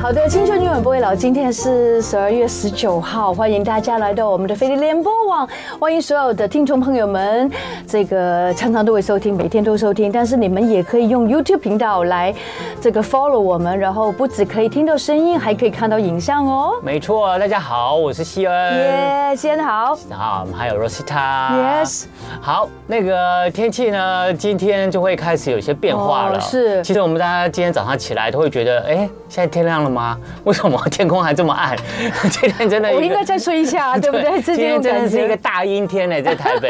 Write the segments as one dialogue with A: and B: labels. A: 好的，青春永远不会老。今天是十二月十九号，欢迎大家来到我们的飞碟联播网，欢迎所有的听众朋友们。这个常常都会收听，每天都收听，但是你们也可以用 YouTube 频道来这个 follow 我们，然后不只可以听到声音，还可以看到影像哦。
B: 没错，大家好，我是西恩。
A: 耶，先好。
B: 啊，我们还有 Rosita。
A: Yes。
B: 好，那个天气呢，今天就会开始有一些变化了。
A: 哦是
B: 其实我们大家今天早上起来都会觉得，哎，现在天亮了吗？为什么天空还这么暗？ 今天真的一个，
A: 我应该再吹一下， 对不 对？是
B: 今
A: 这
B: 天
A: 种
B: 真的
A: 感
B: 是一个
A: 觉。
B: 大阴天呢，在台 北。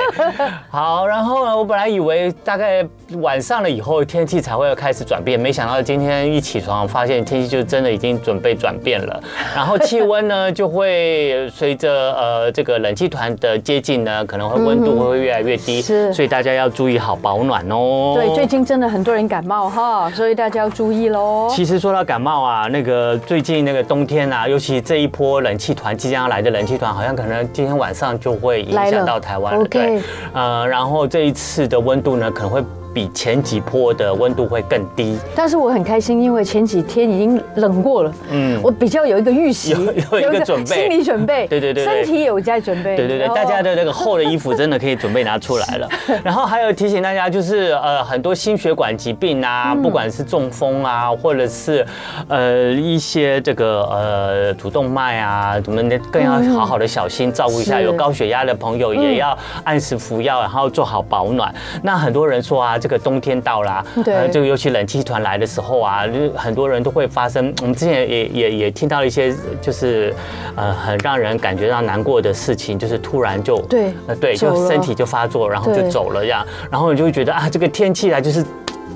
B: 好，然后呢，我本来以为大概晚上了以后天气才会开始转变，没想到今天一起床发现天气就真的已经准备转变 了。然后气温呢就会随着呃这个冷气团的接近呢，可能会温度会越来越低，
A: 嗯是
B: 所以大家要注意好保暖哦。
A: 对，最近真的很多人感冒哈，所以大家要注意喽。
B: 其实说到感冒啊，那个最近那个冬天啊，尤其这一波冷气团即将要来的冷气团，好像可能今天晚上就会影
A: 来了
B: 响到台湾了。
A: OK
B: 对，呃，然后这一次的温度呢，可能会比前几波的温度会更低。
A: 但是我很开心，因为前几天已经冷过了，嗯，我比较有一个预习，
B: 有有一个准备
A: 心理准备，
B: 对对对对
A: 身体有在准备，
B: 对对对，
A: 然后
B: 大家的那个厚的衣服真的可以准备拿出 来了。然后还有提醒大家，就是呃，很多心血管疾病啊，
A: 嗯
B: 不管是中风啊，或者是呃一些这个呃主动脉啊，怎么的，更要好好的小心照顾一
A: 嗯
B: 下。
A: 是嗯
B: 有高血压的朋友也要按时服药，然后做好保暖。那很多人说啊，这个冬天到啦，
A: 对
B: 呃就尤其冷气团来的时候啊，就是很多人都会发生。我们之前也也也听到一些，就是呃，很让人感觉到难过的事情，就是突然就
A: 对
B: 呃对，
A: 走
B: 就
A: 了
B: 身体就发作，然后就
A: 对
B: 走了这样，然后你就会觉得啊，这个天气啊，就是。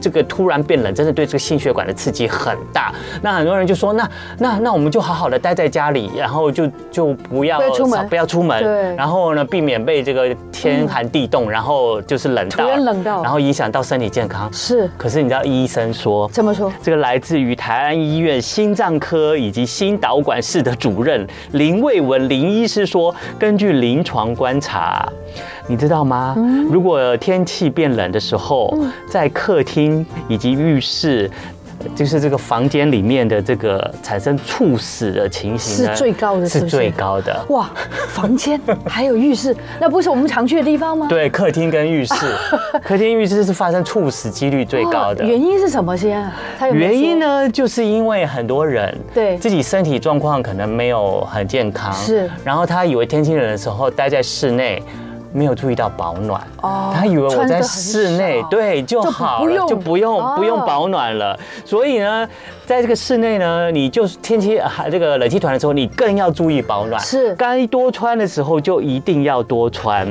B: 这个突然变冷，真的对这个心血管的刺激很大。那很多人就说，那那那我们就好好的待在家里，然后就就不要
A: 不要出门
B: 不要出门，
A: 对
B: 然后呢，避免被这个天寒地冻，然后就是冷到，
A: 突然冷到
B: 然后影响到身体健康。
A: 是
B: 可是你知道医生说，
A: 这么说，
B: 这个来自于台安医院心脏科以及心导管室的主任林卫文林医师说，根据临床观察，你知道吗？
A: 嗯
B: 如果天气变冷的时候，在客厅以及浴室。就是这个房间里面的这个产生猝死的情形呢
A: 是最高的是
B: 是
A: 不是
B: 最高的。
A: 哇，房 间还有浴室，那不是我们常去的地方吗？
B: 对，客厅跟浴 室，客厅浴室是发生猝死几率最
A: 哇，
B: 高的。
A: 哦原因是什么先？啊他有没有
B: 原
A: 说？
B: 因呢，就是因为很多人
A: 对
B: 自己身体状况可能没有很健康，
A: 是
B: 然后他以为天气冷的时候待在室内。没有注意到保暖，
A: 哦
B: 他以为我
A: 穿得
B: 在
A: 很
B: 室内
A: 少
B: 对就
A: 就不
B: 好
A: 不
B: 了，
A: 用
B: 就不用不用
A: 哦
B: 保暖了。所以呢，在这个室内呢，你就是天气还这个冷气团的时候，你更要注意保暖。
A: 是
B: 该多穿的时候就一定要多穿。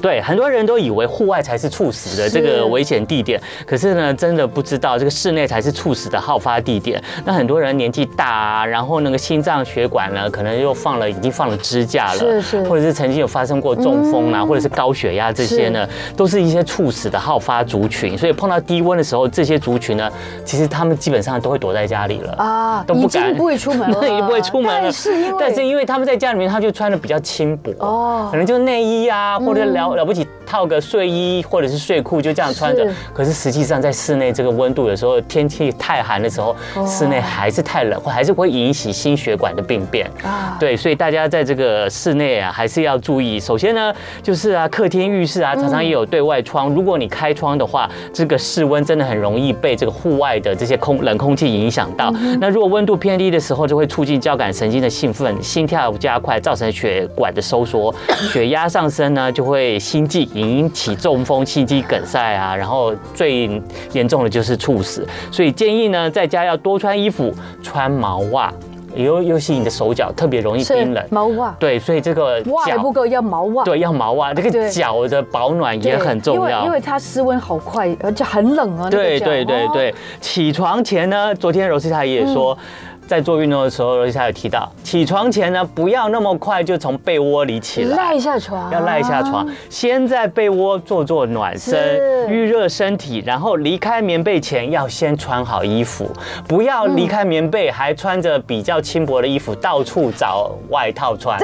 B: 对，很多人都以为户外才是猝死的
A: 是
B: 这个危险地点，可是呢，真的不知道这个室内才是猝死的好发地点。那很多人年纪大啊，然后那个心脏血管呢，可能又放了已经放了支架了，
A: 是是嗯
B: 或者是曾经有发生过中风啊，或者是高血压这些呢，都是一些猝死的好发族群。所以碰到低温的时候，这些族群呢，其实他们基本上都会躲在家里了
A: 啊
B: 都不敢，
A: 已经不会出 门了
B: 对已经不会出门了。啊
A: 但是因为
B: 但是因为他们在家里面，他就穿的比较轻薄，
A: 哦嗯
B: 可能就内衣啊，或者了了不起套个睡衣或者是睡裤，就这样穿着
A: 是。
B: 可是实际上在室内这个温度，有时候天气太寒的时候，
A: 哦
B: 室内还是太冷，会还是会引起心血管的病变。
A: 啊
B: 对，所以大家在这个室内啊，还是要注意。首先呢，就是啊，客厅、浴室啊，常常也有对外窗。如果你开窗的话，这个室温真的很容易被这个户外的这些空冷空气影响到。那如果温度偏低的时候，就会促进交感神经的兴奋，心跳加快，造成血管的收缩，血压上升呢，就会心悸，引起中风、心肌梗塞啊，然后最严重的就是猝死。所以建议呢，在家要多穿衣服，穿毛袜。尤尤其你的手脚特别容易
A: 是
B: 冰冷，
A: 毛袜，
B: 对，所以这个
A: 袜还不
B: 脚
A: 够，要毛袜。
B: 对要毛袜，这
A: 对
B: 个脚的保暖
A: 对，
B: 也很重
A: 因为因
B: 要
A: 为。它室温好快，而且很冷啊。那个
B: 对
A: 脚
B: 对对
A: 哦
B: 对，起床前呢，昨天柔西塔也说。
A: 嗯
B: 在做运动的时候，柔西塔有提到，起床前呢，不要那么快就从被窝里起来，
A: 赖一下床，
B: 要赖一下床，先在被窝做做
A: 啊
B: 暖
A: 是
B: 身，预热身体，然后离开棉被前要先穿好衣服，不要
A: 嗯
B: 离开棉被还穿着比较轻薄的衣服到处找外 套穿，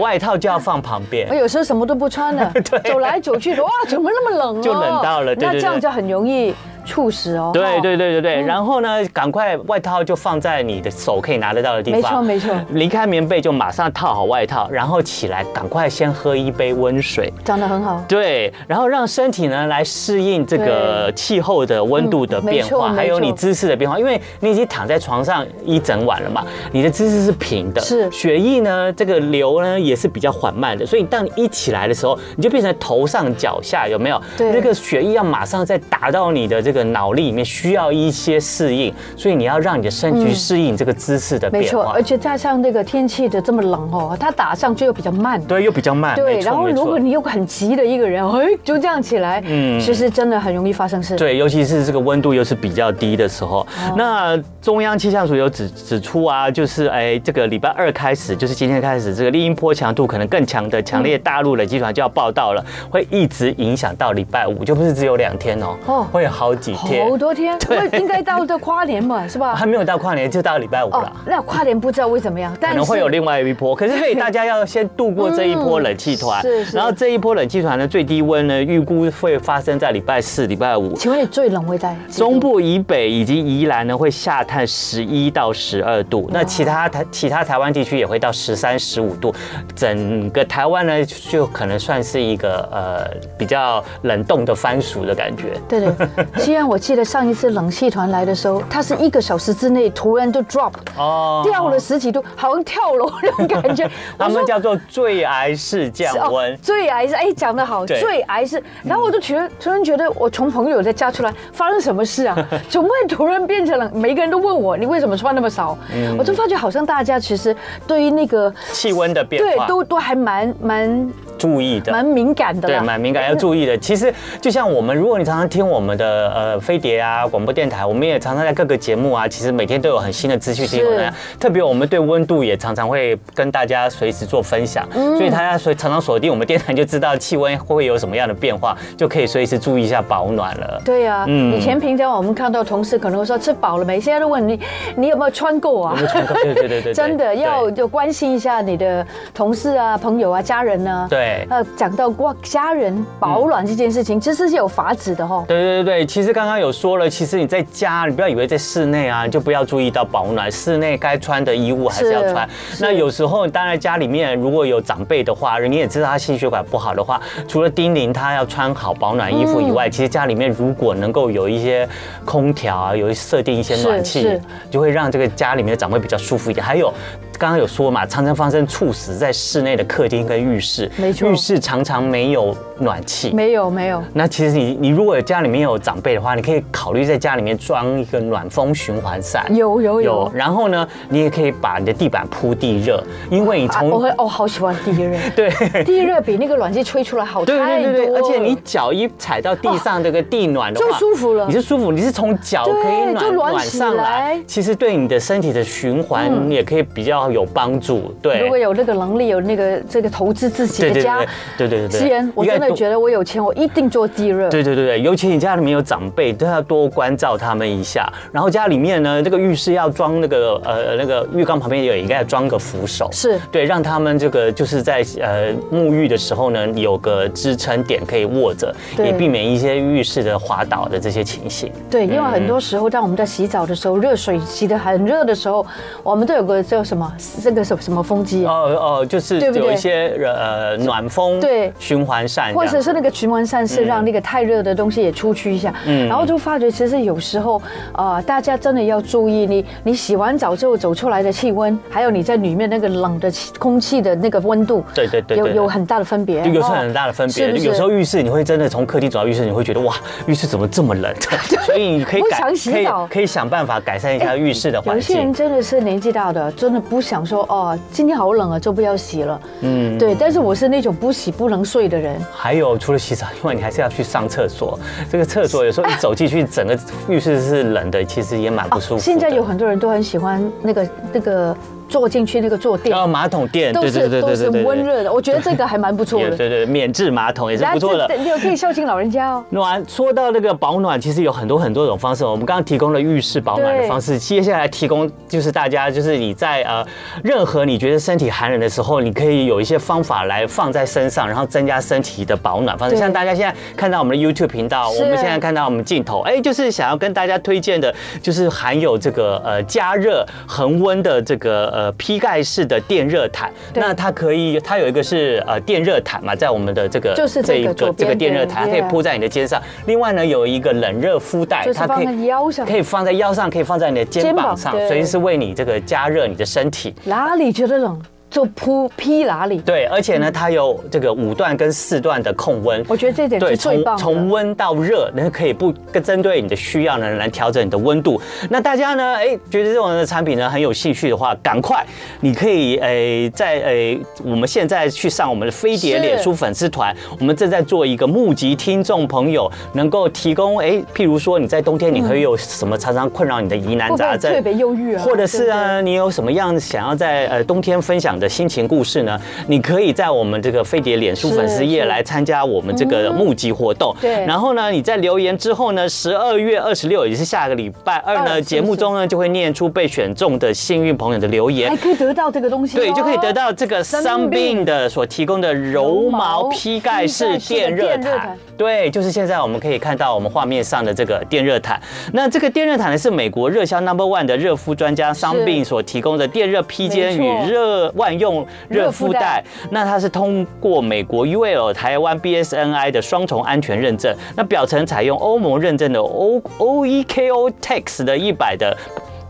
B: 外套就要放旁边
A: 哎我。有时候 什么都不穿了，走来走去的，哇，怎么那么冷、哦？
B: 就冷到了对
A: 那
B: 对
A: 这样
B: 对
A: 就很容易猝死哦。
B: 对
A: 哦
B: 对对对对，然后呢，赶快外套就放在你的手可以拿得到的地方，
A: 没错没错
B: 离开棉被就马上套好外套，然后起来赶快先喝一杯温水，
A: 长得很好。
B: 对，然后让身体呢来适应这个气候的温度的
A: 嗯没
B: 变
A: 错
B: 化，
A: 没
B: 还有你
A: 错
B: 姿势的变化，因为你已经躺在床上一整晚了嘛，你的姿势是平的，
A: 是
B: 血液呢这个流呢也是比较缓慢的，所以当你一起来的时候，你就变成头上脚下有没有？
A: 对
B: 那个血液要马上再打到你的这个脑力里面，需要一些适应，所以你要让你的身体去适应这个姿势的
A: 嗯没
B: 变
A: 错，
B: 化
A: 而，且加上这个天气的这么冷哦，它打上去又比较慢。
B: 对，又比较慢，
A: 对，
B: 没错
A: 然后
B: 没错
A: 如果你又很急的一个人，哎，就这样起来，嗯，其实真的很容易发生事。
B: 对，尤其是这个温度又是比较低的时候，
A: 哦
B: 那中央气象署有指指出啊，就是哎，这个礼拜二开始，就是今天开始，这个丽音波强度可能更强的强烈
A: 嗯
B: 大陆冷气团就要报道了，会一直影响到礼拜五，就不是只有两天哦，
A: 哦
B: 会有好几天，
A: 好多天，
B: 对
A: 那应该到到跨年嘛，是吧
B: 还？没有到跨年，就到礼拜五
A: 哦
B: 了。，
A: 那跨年不知道会怎么样，
B: 可
A: 但
B: 能会有
A: 是
B: 另外一波，可是所以大家要先度过这一波冷气团，
A: 嗯是是
B: 然后这一波冷气团呢，最低温呢预估会发生在礼拜四、礼拜五，
A: 请问你最冷会在几度
B: 中部以北以及宜兰呢会下探十一到十二度，那其他台其他台湾地区也会到十三、十五度，整个台湾呢就可能算是一个呃比较冷冻的番薯的感觉。
A: 对对， 虽然我记得上一次冷气团来的时候，它是一个小时之内突然就 drop
B: 哦
A: 掉了十几度，好像跳楼那种感觉。
B: 他
A: 我
B: 们
A: 说
B: 叫做最癌式降温
A: 哦。最癌是哎讲得好，
B: 对嗯
A: 最癌是，然后我就觉得突然觉得我从朋友的家出来，发生什么事 啊？怎么会突然变成了？每个人都问我你为什么穿那么少？
B: 嗯
A: 我就发觉好像大家其实对于那个
B: 气温的变
A: 对
B: 化，
A: 都都还蛮蛮
B: 注意的，
A: 蛮敏感的
B: 对，
A: 啦，
B: 蛮敏感，要注
A: 嗯
B: 意的。其实就像我们，如果你常常听我们的呃飞碟啊广播电台，我们也常常在各个节目啊，其实每天都有很新的资讯提供大家。特别我们对温度也常常会跟大家随时做分享，
A: 嗯
B: 所以大家所常常锁定我们电台，就知道气温会有什么样的变化，就可以随时注意一下保暖 了。
A: 对呀、
B: 嗯
A: 以前平常我们看到同事可能会说吃饱了没，现在都问你你有没有穿够啊？
B: 对对对对对，
A: 真的
B: 对
A: 要要关心一下你的同事啊、朋友啊、家人啊。。
B: 对。
A: 呃，讲到过家人保暖这件事情，其实是有法子的哈。
B: 对对对对，其实刚刚有说了，其实你在家，你不要以为在室内啊，你就不要注意到保暖，室内该穿的衣物还是要穿。
A: 是
B: 那有时候当然家里面如果有长辈的话，你也知道他心血管不好的话，除了叮咛他要穿好保暖衣服以
A: 嗯
B: 外，其实家里面如果能够有一些空调啊，有设定一些暖气
A: 是，
B: 就会让这个家里面的长辈比较舒服一点。还有。刚刚有说嘛，常常发生猝死在室内的客厅跟浴室，
A: 没错
B: 浴室常常没有暖气，
A: 没有没有，
B: 那其实你你如果家里面有长辈的话，你可以考虑在家里面装一个暖风循环扇。
A: 有有啊有。
B: 然后呢，你也可以把你的地板铺地热，因为你
A: 啊，我
B: 从、
A: 会哦，好喜欢地热，
B: 对。
A: 地热比那个暖气吹出来好
B: 对
A: 太多
B: 对
A: 了，
B: 对对，而且你脚一踩到地上这个地暖的话，
A: 就舒服了
B: 你是舒服，你是从脚
A: 对
B: 可以
A: 就
B: 暖
A: 暖
B: 暖
A: 起
B: 上来
A: 来，嗯
B: 其实对你的身体的循环也可以比较有帮助。对
A: 如，果有那个能力，有那个这个投资自己
B: 对
A: 的
B: 对对
A: 家，
B: 对对对对对
A: 虽然我
B: 应该
A: 真的
B: 多
A: 觉得我有钱，我一定做地热。
B: 对对对对，尤其你家里面有长辈，都要多关照他们一下。然后家里面呢，这个浴室要装那个呃那个浴缸旁边也应该要装个扶手，
A: 是
B: 对，让他们这个就是在呃沐浴的时候呢，有个支撑点可以握着，
A: 对
B: 也避免一些浴室的滑倒的这些情形。
A: 对，因为很
B: 嗯
A: 多时候，当我们在洗澡的时候，热水洗得很热的时候，我们都有个叫什么，这个什么什么风机啊，
B: 哦哦，就是
A: 对不对
B: 有一些呃暖风
A: 对
B: 循环扇这
A: 或
B: 样，嗯
A: 者是那个循环扇是让那个太热的东西也出去一下，然后就发觉其实有时候，呃，大家真的要注意你，你洗完澡之后走出来的气温，还有你在里面那个冷的气空气的那个温度，
B: 对对对对
A: 有
B: 对
A: 有很大的分别，哦
B: 有时候很大的分别，
A: 是不是
B: 有时候浴室你会真的从客厅走到浴室，你会觉得哇，浴室怎么这么 冷？所以你可以
A: 不
B: 改，
A: 想洗
B: 可以
A: 澡
B: 可以想办法改善一下浴室的
A: 有
B: 环
A: 一些人
B: 境。
A: 真的是年纪大的，真的不想说哦，今天好冷啊，就不要洗了。嗯，对。但是我是那种不洗不能睡的人，
B: 还有除了洗澡以外，你还是要去上厕所。这个厕所有时候一走进去，整个
A: 哦
B: 浴室是冷的，其实也蛮不舒服的。
A: 现在有很多人都很喜欢那个那个坐进去那个坐垫
B: 然，后马桶垫，
A: 都
B: 哦对对
A: 是
B: 对
A: 都
B: 对
A: 是
B: 对对，
A: 温热的，我觉得这个还蛮不错
B: 也
A: 的。
B: 对对，免治马桶也是不错的
A: 这。这可以孝敬老人家哦。
B: 暖说到那个保暖，其实有很多很多种方式。我们刚刚提供了浴室保暖的方式，接下来提供就是大家就是你在呃任何你觉得身体寒冷的时候，你可以有一些方法来放在身上，然后增加身体的保暖方式。
A: 对
B: 像大家现在看到我们的 YouTube 频道，
A: 是
B: 我们现在看到我们镜头，哎，就是想要跟大家推荐的，就是含有这个呃加热恒温的这个呃披盖式的电热毯。
A: 对
B: 那它可以，它有一个是呃电热毯嘛，在我们的这个
A: 就是这
B: 一
A: 个
B: 个
A: 左
B: 这个
A: 边
B: 电热
A: 的
B: 毯，它可以
A: yeah
B: 铺。在你的肩上。另外呢，有一个冷热敷带
A: 就，是
B: 它可
A: 放在
B: 以
A: 腰上
B: 可以放在腰上，可以放在你的肩
A: 肩膀
B: 膀上，
A: 对
B: 随时为你这个加热你的身体。
A: 哪里觉得冷就铺披哪里。
B: 对，而且呢，
A: 嗯
B: 它有这个五段跟四段的控温。
A: 我觉得这点
B: 对，
A: 是最
B: 从
A: 棒
B: 从
A: 的。
B: 温到热，那可以不跟针对你的需要呢来调整你的温度。那大家呢，哎，觉得这种的产品呢很有兴趣的话，赶快，你可以哎在哎我们现在去上我们的飞碟
A: 是
B: 脸书粉丝团，我们正在做一个募集听众朋友能够提供哎，譬如说你在冬天你会有什么常常困扰你的疑难
A: 会不
B: 杂
A: 会
B: 症，
A: 特别忧郁啊？
B: 或者是
A: 对不对，
B: 啊，你有什么样想要在呃冬天分享的心情故事呢？你可以在我们这个飞碟脸书
A: 是
B: 粉丝页
A: 是
B: 来参加我们这个募集活动。
A: 对
B: 然后呢，你在留言之后呢，十二月二十六，也是下个礼拜二
A: 二
B: 呢，
A: 是
B: 节目中呢就会念出被选中的幸运朋友的留言
A: 还。可以得到这个东西哦。
B: 对，就可以得到这个
A: 生
B: 伤
A: 病
B: 病的所提供的柔毛披盖式电
A: 披盖式的电
B: 热
A: 热毯
B: 毯。对，就是现在我们可以看到我们画面上的这个电热毯。那这个电热毯呢，是美国热销 Number One 的热敷专家伤病所提供的电热披
A: 没
B: 肩
A: 错
B: 与热万用热
A: 热敷
B: 敷
A: 带
B: 带。那它是通过美国 UL 台湾 BSNI 的双重安全认证，那表层采用欧盟认证的 O E OEKO Tex 的一百的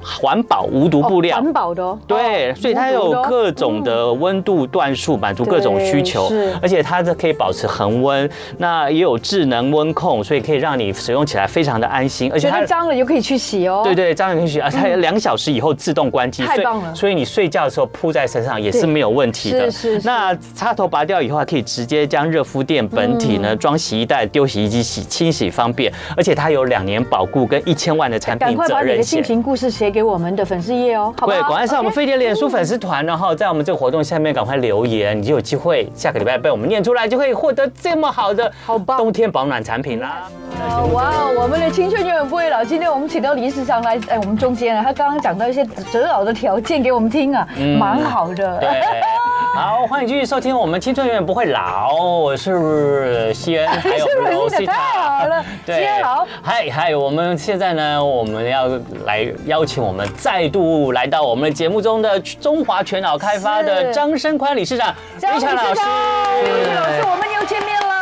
B: 环保无毒
A: 哦
B: 布料。
A: 环保的哦。
B: 对，
A: 哦
B: 所以它有各种的温度段数，满足各种需求
A: 嗯对是，
B: 而且它这可以保持恒温，那也有智能温控，所以可以让你使用起来非常的安心，而且
A: 觉
B: 它
A: 得。脏了就可以去洗哦。
B: 对对，张远可以洗，而且它两小时以后自动关机，
A: 太
B: 所以
A: 棒了
B: 所以你睡觉的时候铺在身上也是
A: 对
B: 没有问题
A: 是
B: 的。
A: 是是
B: 那插头拔掉以后，还可以直接将热敷垫本体
A: 嗯
B: 呢装洗衣袋，丢洗衣机洗，清洗方便，而且它有两年保固跟一千万的产
A: 赶
B: 品
A: 快
B: 责
A: 把你
B: 任
A: 的心
B: 险。
A: 情故事写给我们的粉丝页哦，好不
B: 对，
A: 好？
B: 赶快上我们
A: OK 嗯
B: 飞碟脸书粉丝团，然后在我们这个活动下面赶快留言，你就有机会下个礼拜被我们念出来，就可以获得这么好的
A: 好棒
B: 冬天保暖产品啦。
A: 哦哇哦，我们的青春永远不会老。今天我们请到李市长来，哎，我们中间啊，他刚刚讲到一些择偶的条件给我们听啊，蛮好
B: 对
A: 的。，
B: 好，欢迎继续收听我们青春永远不会老，我是西恩，还有
A: 是 不是
B: Rosita
A: 真的太好了西恩好
B: 嗨嗨，我们现在呢，我们要来邀请我们再度来到我们的节目中的中华全脑开发的
A: 是
B: 张生宽理事长，
A: 张理事长，李老师，我们又见面了。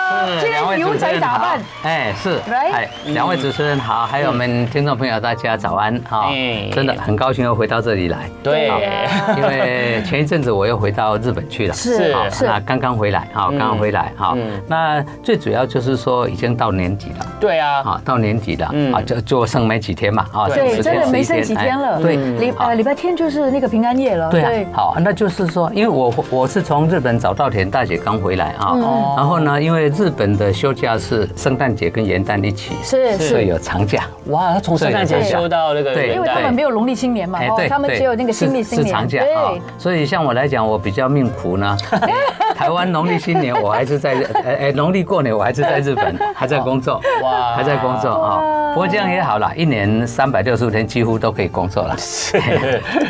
C: 是
A: 今
C: 嗯呃两
A: 天
C: 位主
A: 牛
C: 持
A: 仔
C: 人
A: 打
C: 好
A: 扮，，
C: 哎，是，
A: Right？
C: 哎，两
B: 嗯
C: 位主持人好，还有我们听众朋友大家早安哈
B: 哎，
C: 真的很高兴又回到这里来，
B: 对
A: 对啊
C: 因 为前一阵子我又回到日本去了，
A: 是
C: 好
A: 是
C: 那刚刚回来啊哈，刚刚回来哈
B: 嗯，
C: 那最主要就是说已经到年底了。
B: 对啊，
C: 啊，到年底了，
B: 嗯
C: 啊，就就剩没几天嘛，啊，
B: 对
A: 对，
C: 10
A: 真的没
C: 11
A: 剩几天
C: 哎
A: 了。
C: 对，
A: 礼
C: 好
A: 呃礼拜天就是那个平安夜了。
C: 对啊，好，那就是说，因为我我是从日本早稻田大学刚回来
A: 嗯
C: 啊，然后呢，因为日本的休假是圣诞节跟元旦一起，
A: 是哦
C: 所以
A: 是，
C: 有长假。
B: 哇，他从圣诞节休到那个
C: 对
A: 因
B: 元
A: 为他们
B: 旦，
A: 没有农历新年嘛，
C: 哎
A: 哦，他们
C: 对
A: 只有那个新历
C: 是
A: 新
C: 是
A: 年。
C: 长假啊，所以像我来讲，我比较命 苦呢。台湾农历新年我还是在，哎哎，农历过年我还是在日本，还在工作，
B: 哇
C: 哇，还在工作啊。不过这样也好啦，一年三百六十五天几乎都可以工作了。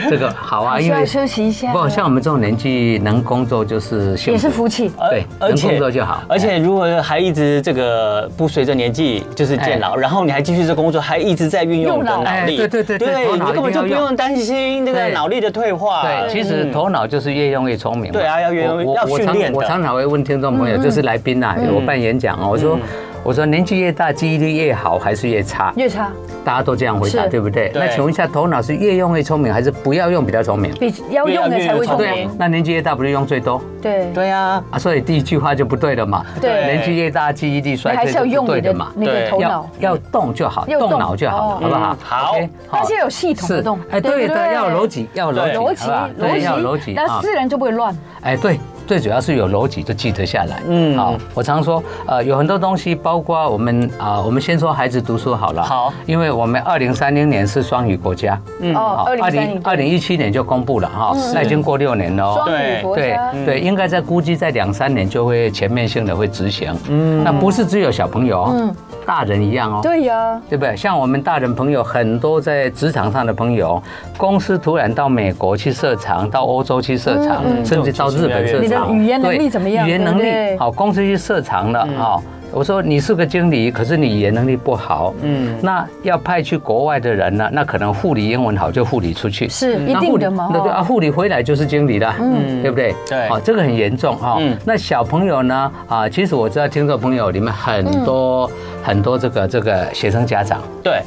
C: 这个好啊，
A: 需
C: 因
A: 要
C: 为
A: 休息一下。
C: 不像我们这种年纪能工作就是幸福
A: 也是福气。
B: 而
C: 对
B: 而
C: 能
B: 且
C: 工作就好
B: 而且如果还一直这个不随着年纪就是渐老，然后你还继续这工作，还一直在运用
A: 用
B: 你的
A: 脑
B: 脑力，
C: 哎对对对对
B: 对
C: 头
B: 你
C: 哎脑
B: 根本就
C: 一定要
B: 不用担心那个
C: 对
B: 脑力的退化。嗯
C: 对，其实头脑就是越用越聪明
B: 啊
C: 嘛。
B: 对啊要越用
C: 嗯我我
B: 要
C: 我
B: 训
C: 常
B: 练的
C: 我常常会问听众朋友，就是来宾啊，我办演讲啊，我
B: 嗯
C: 说我说年纪越大，记忆力越好还是越差？
A: 越差
C: 大家都这样回答，
A: 是
C: 对不对？
B: 对
C: 那请问一下，头脑是越用越聪明，还是不要用比较聪明？
A: 比要用的才会
B: 聪
A: 聪
B: 明
C: 对
A: 明
C: 啊。，那年纪越大不是用最多
A: 对
B: 对啊，
C: 啊？所以第一句话就不对了嘛。
A: 对
C: 年纪越大，记忆力衰
A: 你还
C: 退
A: 是要
C: 就
A: 用
C: 不
A: 你
C: 对
A: 的
C: 的嘛。
A: 那个
B: 对
A: 头
C: 要
A: 脑。
C: 要动就好，
A: 要动
C: 动脑就好
A: 哦
C: 了，好不好
B: 嗯？好
C: OK，好
A: 但是要有系统的动
C: 是哎，对
A: 对不对
C: 的，要有逻辑，要有逻辑，
A: 逻辑
C: 好不好，
A: 逻
C: 对，要有逻
A: 辑，
C: 辑
A: 那
C: 啊
A: 自。然就不会乱。
C: 哎，对，最主要是有逻辑就记得下来。嗯，好，我常说，呃，有很多东西，包括我们啊、我们先说孩子读书好了。
B: 好
C: 因为我们二零三零年是双语国家，嗯，
A: 哦，二零三零
C: 二零一七年就公布了哈，那已经过六年了哦。
A: 双语国
C: 对
A: 家，嗯
C: 对，应该在估计在两三年就会全面性的会执行。嗯，那不是只有小朋友，嗯，大人一样哦。
A: 对呀，
C: 对不对？像我们大人朋友很多在职场上的朋友，公司突然到美国去设厂，到欧洲去设厂，甚至到日本设
A: 嗯
C: 厂，
A: 你的语言能力
C: 对
A: 怎么样
C: 语言能
A: 对不嗯对
C: 力好，公司去设厂了好，我说你是个经理，可是你语言能力不好，嗯，那要派去国外的人呢，那可能护理英文好就护理出去，
A: 是
C: 嗯
A: 一
C: 那
A: 定
C: 护理
A: 的嘛
C: 对对
A: 哦
C: 啊，护理回来就是经理了，嗯，对不对？
B: 对
C: 好，这个很严重哈、
B: 嗯
C: 那小朋友呢？啊，其实我知道听众朋友里面很多、很多这个这个学生家长，
B: 对，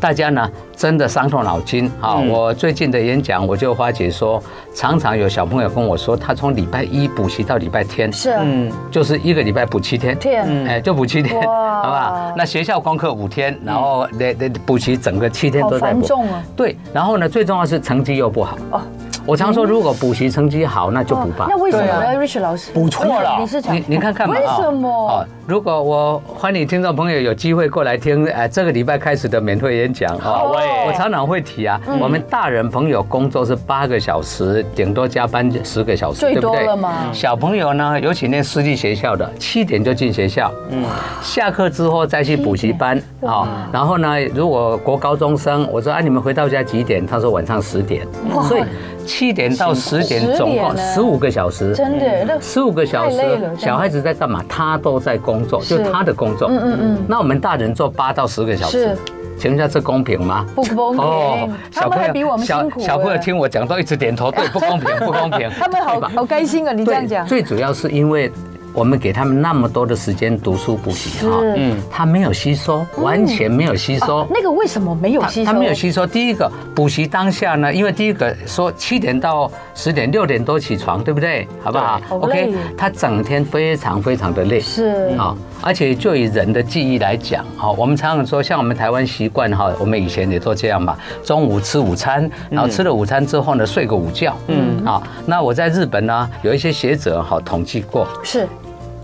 C: 大家呢真的伤透脑筋啊、
B: 嗯
C: 我最近的演讲我就发觉说，常常有小朋友跟我说，他从礼拜一补习到礼拜天，
A: 是
B: 嗯，
C: 就是一个礼拜补七天，
A: 天嗯
C: 哎，就补七天，
A: 哇嗯
C: 好不好？那学校功课五天，然后得得补习整个七天
A: 好
C: 都在
A: 繁
C: 补，
A: 重啊。
C: 对，然后呢，最重要是成绩又不好。
A: 哦
C: 我常说，如果补习成绩好，那就
A: 哦
C: 补吧。
A: 那为什么呢，Rich 老师？哦
B: 补错了
A: 你是讲
C: 你你看看嘛，
A: 为
C: 啊
A: 什么
C: 哦？如果我欢迎听众朋友有机会过来听，呃，这个礼拜开始的免费演讲啊，
A: 哦
B: 好哎
C: 我常常会提啊，
A: 嗯
C: 我们大人朋友工作是八个小时，顶多加班十个小时，
A: 最
C: 对不
A: 多
C: 对
A: 了嘛？
C: 小朋友呢，尤其念私立学校的，七点就进学校，嗯，下课之后再去补习班啊。然后呢，如果国高中生，我说啊，你们回到家几点？他说晚上十点，所以七点到十点
A: 辛苦
C: 总
A: 10
C: 共
A: 点
C: 十五个小时，
A: 真的那
C: 嗯十五个小时
A: 太累了真的，
C: 小孩子在干嘛？他都在工作，就是他的工作。嗯嗯嗯。那我们大人做八到十个小时
A: 是，
C: 请问一下这公平吗？
A: 不公平，他们还比我们
C: 哦小
A: 辛苦。哎
C: 小朋友，听我讲都一直 点头，对，不公平，不公平。
A: 他们好
C: 对吧
A: 好开心啊！你这样讲，
C: 最主要是因为我们给他们那么多的时间读书补习哈，
A: 是嗯
C: 嗯，他没有吸收，完全没有吸收。
A: 那个为什么没有
C: 他
A: 吸收？
C: 哦他没有吸收。第一个补习当下呢，因为第一个说七点到十点六点多起床，对不对？好不好
A: 好累
C: 他整天非常非常的累。
A: 是
C: 啊，而且就以人的记忆来讲，哈，我们常常说，像我们台湾习惯哈，我们以前也都这样嘛，中午吃午餐，
A: 嗯
C: 然后吃了午餐之后呢，睡个午觉，嗯，啊，那我在日本呢，有一些学者哈统计过，
A: 是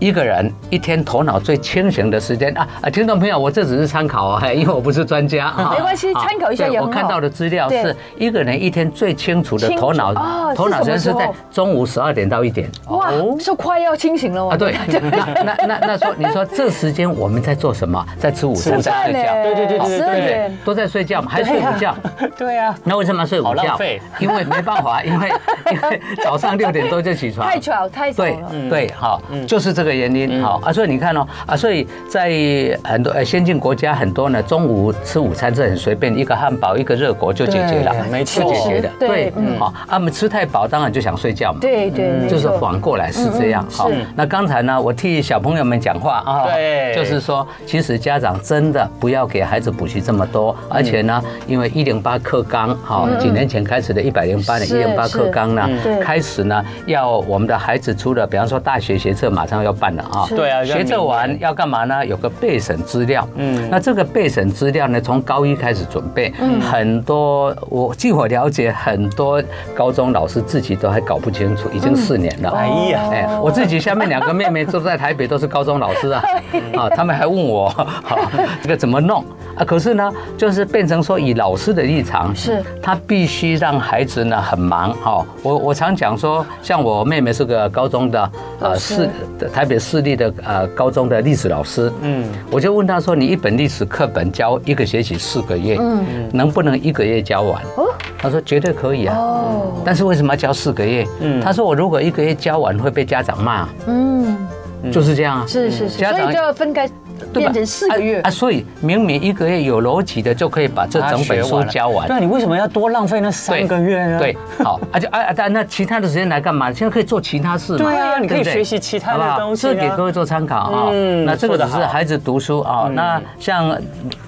C: 一个人一天头脑最清醒的时间啊啊，听众朋友，我这只是参考啊，嘿 因为我不是专家啊，
A: 没关系
C: 啊
A: 参考一下
C: 对
A: 也很
C: 我
A: 好
C: 看到的资料
A: 对
C: 是一个人一天最清楚的
A: 清楚
C: 头脑
A: 哦，
C: 头脑
A: 是什么
C: 是
A: 时
C: 在
A: 候哦
C: 中午十二点到一点。
A: 哇，
C: 哦
A: 是快要清醒了哦
C: 啊，对，那那那那说，你说这时间我们在做什么？在吃午餐，
B: 吃
C: 在
B: 饭
C: 睡觉，
B: 对对对对对
A: 十二
B: 对
A: 点
C: 都在睡觉嘛，还睡午觉。
B: 对啊，
C: 那为什么要睡午
B: 好浪
C: 觉
B: 费？
C: 因为没办法，因为 因为早上六点多就起床，
A: 太巧太巧
C: 对
A: 了。
B: 嗯
C: 对，好，就是这个原因，好啊，所以你看哦，啊，所以在很多呃先进国家很多呢，中午吃午餐是很随便，一个汉堡一个热狗就解决了，
B: 对没错
C: 就解决的，
A: 对
C: 对
A: 嗯，
C: 好，啊，我们吃太饱当然就想睡觉嘛，
A: 对对，没
C: 嗯就是
A: 错
C: 反过来是这样
A: 嗯嗯嗯
C: 哈
A: 是。
C: 那刚才呢，我替小朋友们讲话啊，
B: 对
C: 就是说，其实家长真的不要给孩子补习这么多，
A: 嗯
C: 而且呢，因为一零八课纲哈，几年前开始的一百零八年一
A: 是
C: 零八课纲呢
A: 是嗯对，
C: 开始呢，要我们的孩子除了比方说大学学测马上要办了啊
A: 是，
B: 对啊，
C: 学测完要干嘛呢？有个备审资料。嗯，那这个备审资料呢，从高一开始准备。嗯，很多我据我了解，很多高中老师自己都还搞不清楚，已经四年了。
B: 哎呀，
C: 哎，我自己下面两个妹妹都在台北，都是高中老师啊，啊，他们还问我 啊这个怎么弄啊？可是呢，就是变成说以老师的立场，
A: 是
C: 他必须让孩子呢很忙哦。我我常讲说，像我妹妹是个高中的
A: 老
C: 呃
A: 师
C: 市台北市立的呃高中的历史老师，嗯，我就问她说，你一本历史课本教一个学期四个月，嗯，能不能一个月教完？
A: 哦
C: 她说绝对可以啊。
A: 哦，
C: 但是为什么要教四个月？嗯，他说我如果一个月教完会被家长骂，
A: 嗯，
C: 就是这样啊。
A: 是是是，
C: 家
A: 所以
C: 长
A: 就要分开
C: 对吧
A: 变成四个月
C: 啊啊，。所以明明一个月有逻辑的就可以把这整本书教完
B: 对。啊，你为什么要多浪费那三个月呢？
C: 对，好，而且啊啊，但那其他的时间来干嘛？现在可以做其他事嘛。
B: 对啊你可以
C: 对不对
B: 学习其他的
C: 好不好
B: 东西啊
C: 这给各位做参考啊。
B: 嗯
C: 那这个只是
B: 说得好嗯
C: 孩子读书啊。那像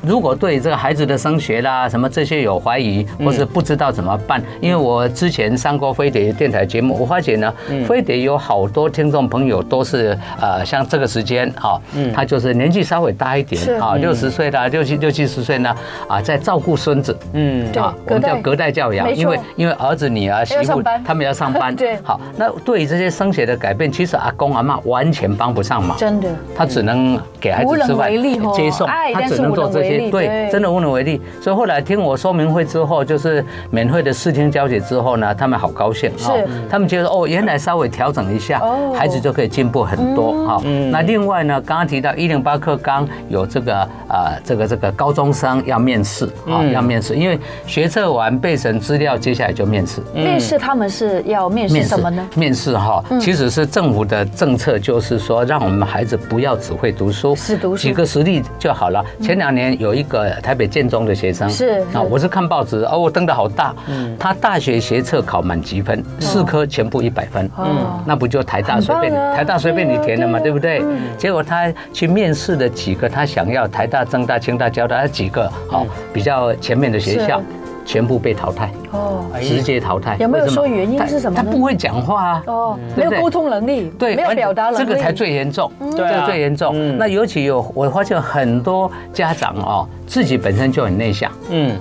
C: 如果对这个孩子的升学啦什么这些有怀疑，
B: 嗯
C: 或是不知道怎么办，因为我之前上过飞碟电台节目，我发觉呢，
B: 嗯嗯
C: 飞碟有好多听众朋友都是呃，像这个时间啊，他就是年纪纪稍微大一
A: 是
C: 点啊，六十岁啦，六七六七十岁呢啊，在照顾孙子。
B: 嗯，
A: 对
C: 啊，我
A: 隔
C: 们
A: 代
C: 叫隔代教养
A: 没，错
C: 因为因为儿子、女儿、媳
A: 要上
C: 妇
A: 班
C: 他们要上 班。
A: 对
C: 好，那对于这些升学的改变，其实阿公阿妈完全帮不上忙。
A: 真的
C: 他只能给孩子吃
A: 无能为
C: 饭
A: 力哦、
C: 接送
A: 哎，
C: 他
A: 但是
C: 只能做这
A: 无能为力
C: 些，
A: 对
C: 对，真的无能为力。所以后来听我说明会之后，就是免费的视听教学之后呢，他们好高兴啊
A: 是嗯
C: 他们觉得哦，原来稍微调整一下
A: 哦，嗯
C: 孩子就可以进步很多哈。那另外呢，刚刚提到一零八课纲有这个呃这个这个高中生要面试啊，要面试，因为学测完备审资料，接下来就面试。
A: 面试他们是要面试
C: 面试
A: 什么呢？？
C: 嗯
A: 嗯
C: 面试哈，其实是政府的政策，就是说让我们孩子不要只会读书，
A: 是读书嗯
C: 几个实例就好了。前两年有一个台北建中的学生，
A: 是是
C: 啊，我是看报纸，哦，我登的好大，他大学学测考满级
A: 哦
C: 分，四科全部一百分，
A: 嗯
C: 嗯，那不就台大随便
A: 很棒啊
C: 台大随便
A: 对
C: 你
A: 啊
C: 填的嘛，
A: 对
C: 对
A: 啊
C: 不对？结果他去面试的几个他想要台大、政大、清大、交大几个好比较前面的学校
A: 嗯是，
C: 全部被淘汰。
A: 哦，
C: 直接淘汰。
A: 有没有
C: 为什
A: 说
C: 么
A: 原因是什么呢
C: 他他不会讲话啊。
A: 哦，没
C: 对
A: 有
C: 不对
A: 沟通能力，
C: 对，
A: 没有表达能力，
C: 这个才最严重，
B: 对啊
C: 这个最严
B: 嗯
C: 重。那尤其有，我发现很多家长哦，自己本身就很内 向
B: 嗯，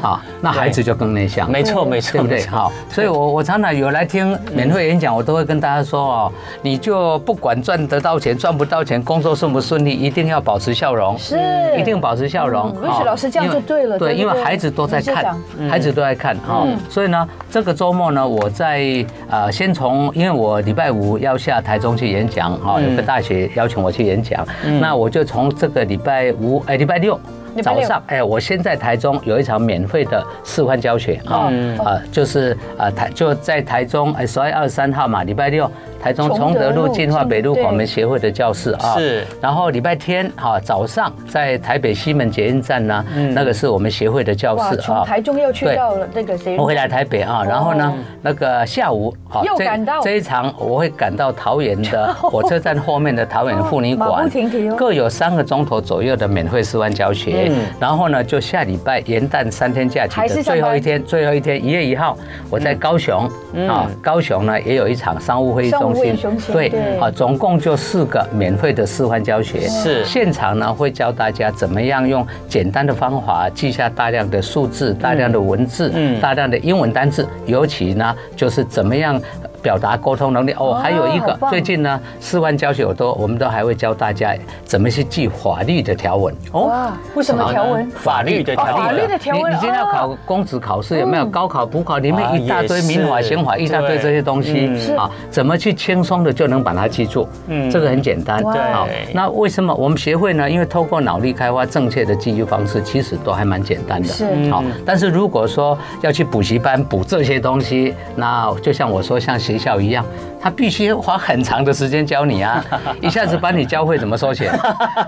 C: 啊，那孩子就更内向，
B: 没错没错，
C: 嗯对不
B: 没
C: 对？
B: 错
C: 好，所以我我常常有来听免费演讲，我都会跟大家说哦，你就不管赚得到钱赚不到钱，工作顺不顺利，一定要保持笑容，
A: 是
C: 一定保持笑容
A: 嗯。瑞雪
C: 哦
A: 老师这样
C: 因为
A: 就对了对
C: 对，
A: 不
C: 因
A: 对
C: 为孩子都在
A: 你是
C: 看
A: 讲，嗯
C: 孩子都在看哈，所以呢，这个周末呢，我在呃先从，因为我礼拜五要下台中去演讲哈，
A: 嗯
C: 有个大学邀请我去演讲，那我就从这个礼拜五哎礼拜六。
A: 礼拜
C: 早
A: 六
C: 上，哎，我先在台中有一场免费的示范教学啊
A: 嗯，
C: 啊，就是啊台就在台中，哎，十二月二十三号嘛，礼拜六，台中
A: 崇
C: 崇
A: 德
C: 德路
A: 路
C: 进化北路
A: 对
C: 我们协会的教室啊，
B: 是
C: 然后礼拜天哈早上在台北西门捷运站呢，那个是我们协会的教
A: 哇，
C: 室
A: 从台中又去
C: 啊对
A: 到了那个谁，
C: 我会来台北啊，然后呢，那个下午好
A: 又赶到
C: 这一场我会赶到桃园的火车站后面的桃园妇女
A: 马不
C: 馆
A: 停 蹄哦，嗯
C: 各有三个钟头左右的免费示范教学。然后呢，就下礼拜元旦三天假期
A: 还是
C: 的
A: 上班嗯
C: 最后一天，最后一天一月一号，我在高雄啊，高雄呢也有一场商务会议
A: 商务
C: 中
A: 会议
C: 心
A: 中，心
C: 对
A: 对，
C: 啊，总共就四个免费的示范教学，
B: 是
C: 现场呢会教大家怎么样用简单的方法记下大量的数字、大量的文字、
B: 嗯
C: 大量的英文单字，尤其呢就是怎么样表达沟通能力。哦，还有一
A: 好
C: 个
A: 棒
C: 最近呢，四万教学我都我们都还会教大家怎么去记法律的条文。
A: 哇，为什么条文？
B: 法律的条
A: 哦法
B: 文
A: 律的条文哦
C: 你你今天要考公职考试有没有？高考、补考里面一大堆民
B: 啊
C: 法、
B: 也是
C: 刑法一大堆
B: 对
C: 这些东
B: 嗯
C: 西
A: 是
C: 啊，怎么去轻松的就能把它记住？
B: 嗯
C: 嗯，这个很简单。
A: 哇对
C: 好那为什么我们协会呢？因为透过脑力开发正确的记忆方式，其实都还蛮简单的。
A: 是
B: 嗯
C: 好，但是如果说要去补习班补这些东西，那就像我说，像学校一样，他必须花很长的时间教你 啊，一下子把你教会怎么收钱，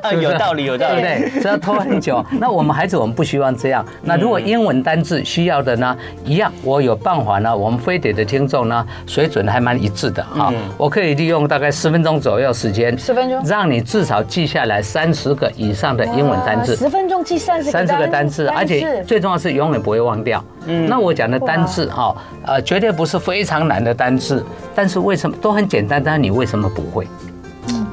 C: 是不是
B: 啊有道理有道理
C: 对不对？对，这要拖很 久。那我们孩子，我们不希望这样。那如果英文单字需要的呢，一样，我有办法呢。我们非得的听众呢，水准还蛮一致的哈。我可以利用大概十分钟左右时间，
A: 10分钟
C: 让你至少记下来三十个以上的英文单字。
A: 十分钟记三十
C: 三十个单嗯字，而且最重要是永远不会忘掉。那我讲的单字哈，呃，绝对不是非常难的单字，但是为什么都很简单？但是你为什么不会？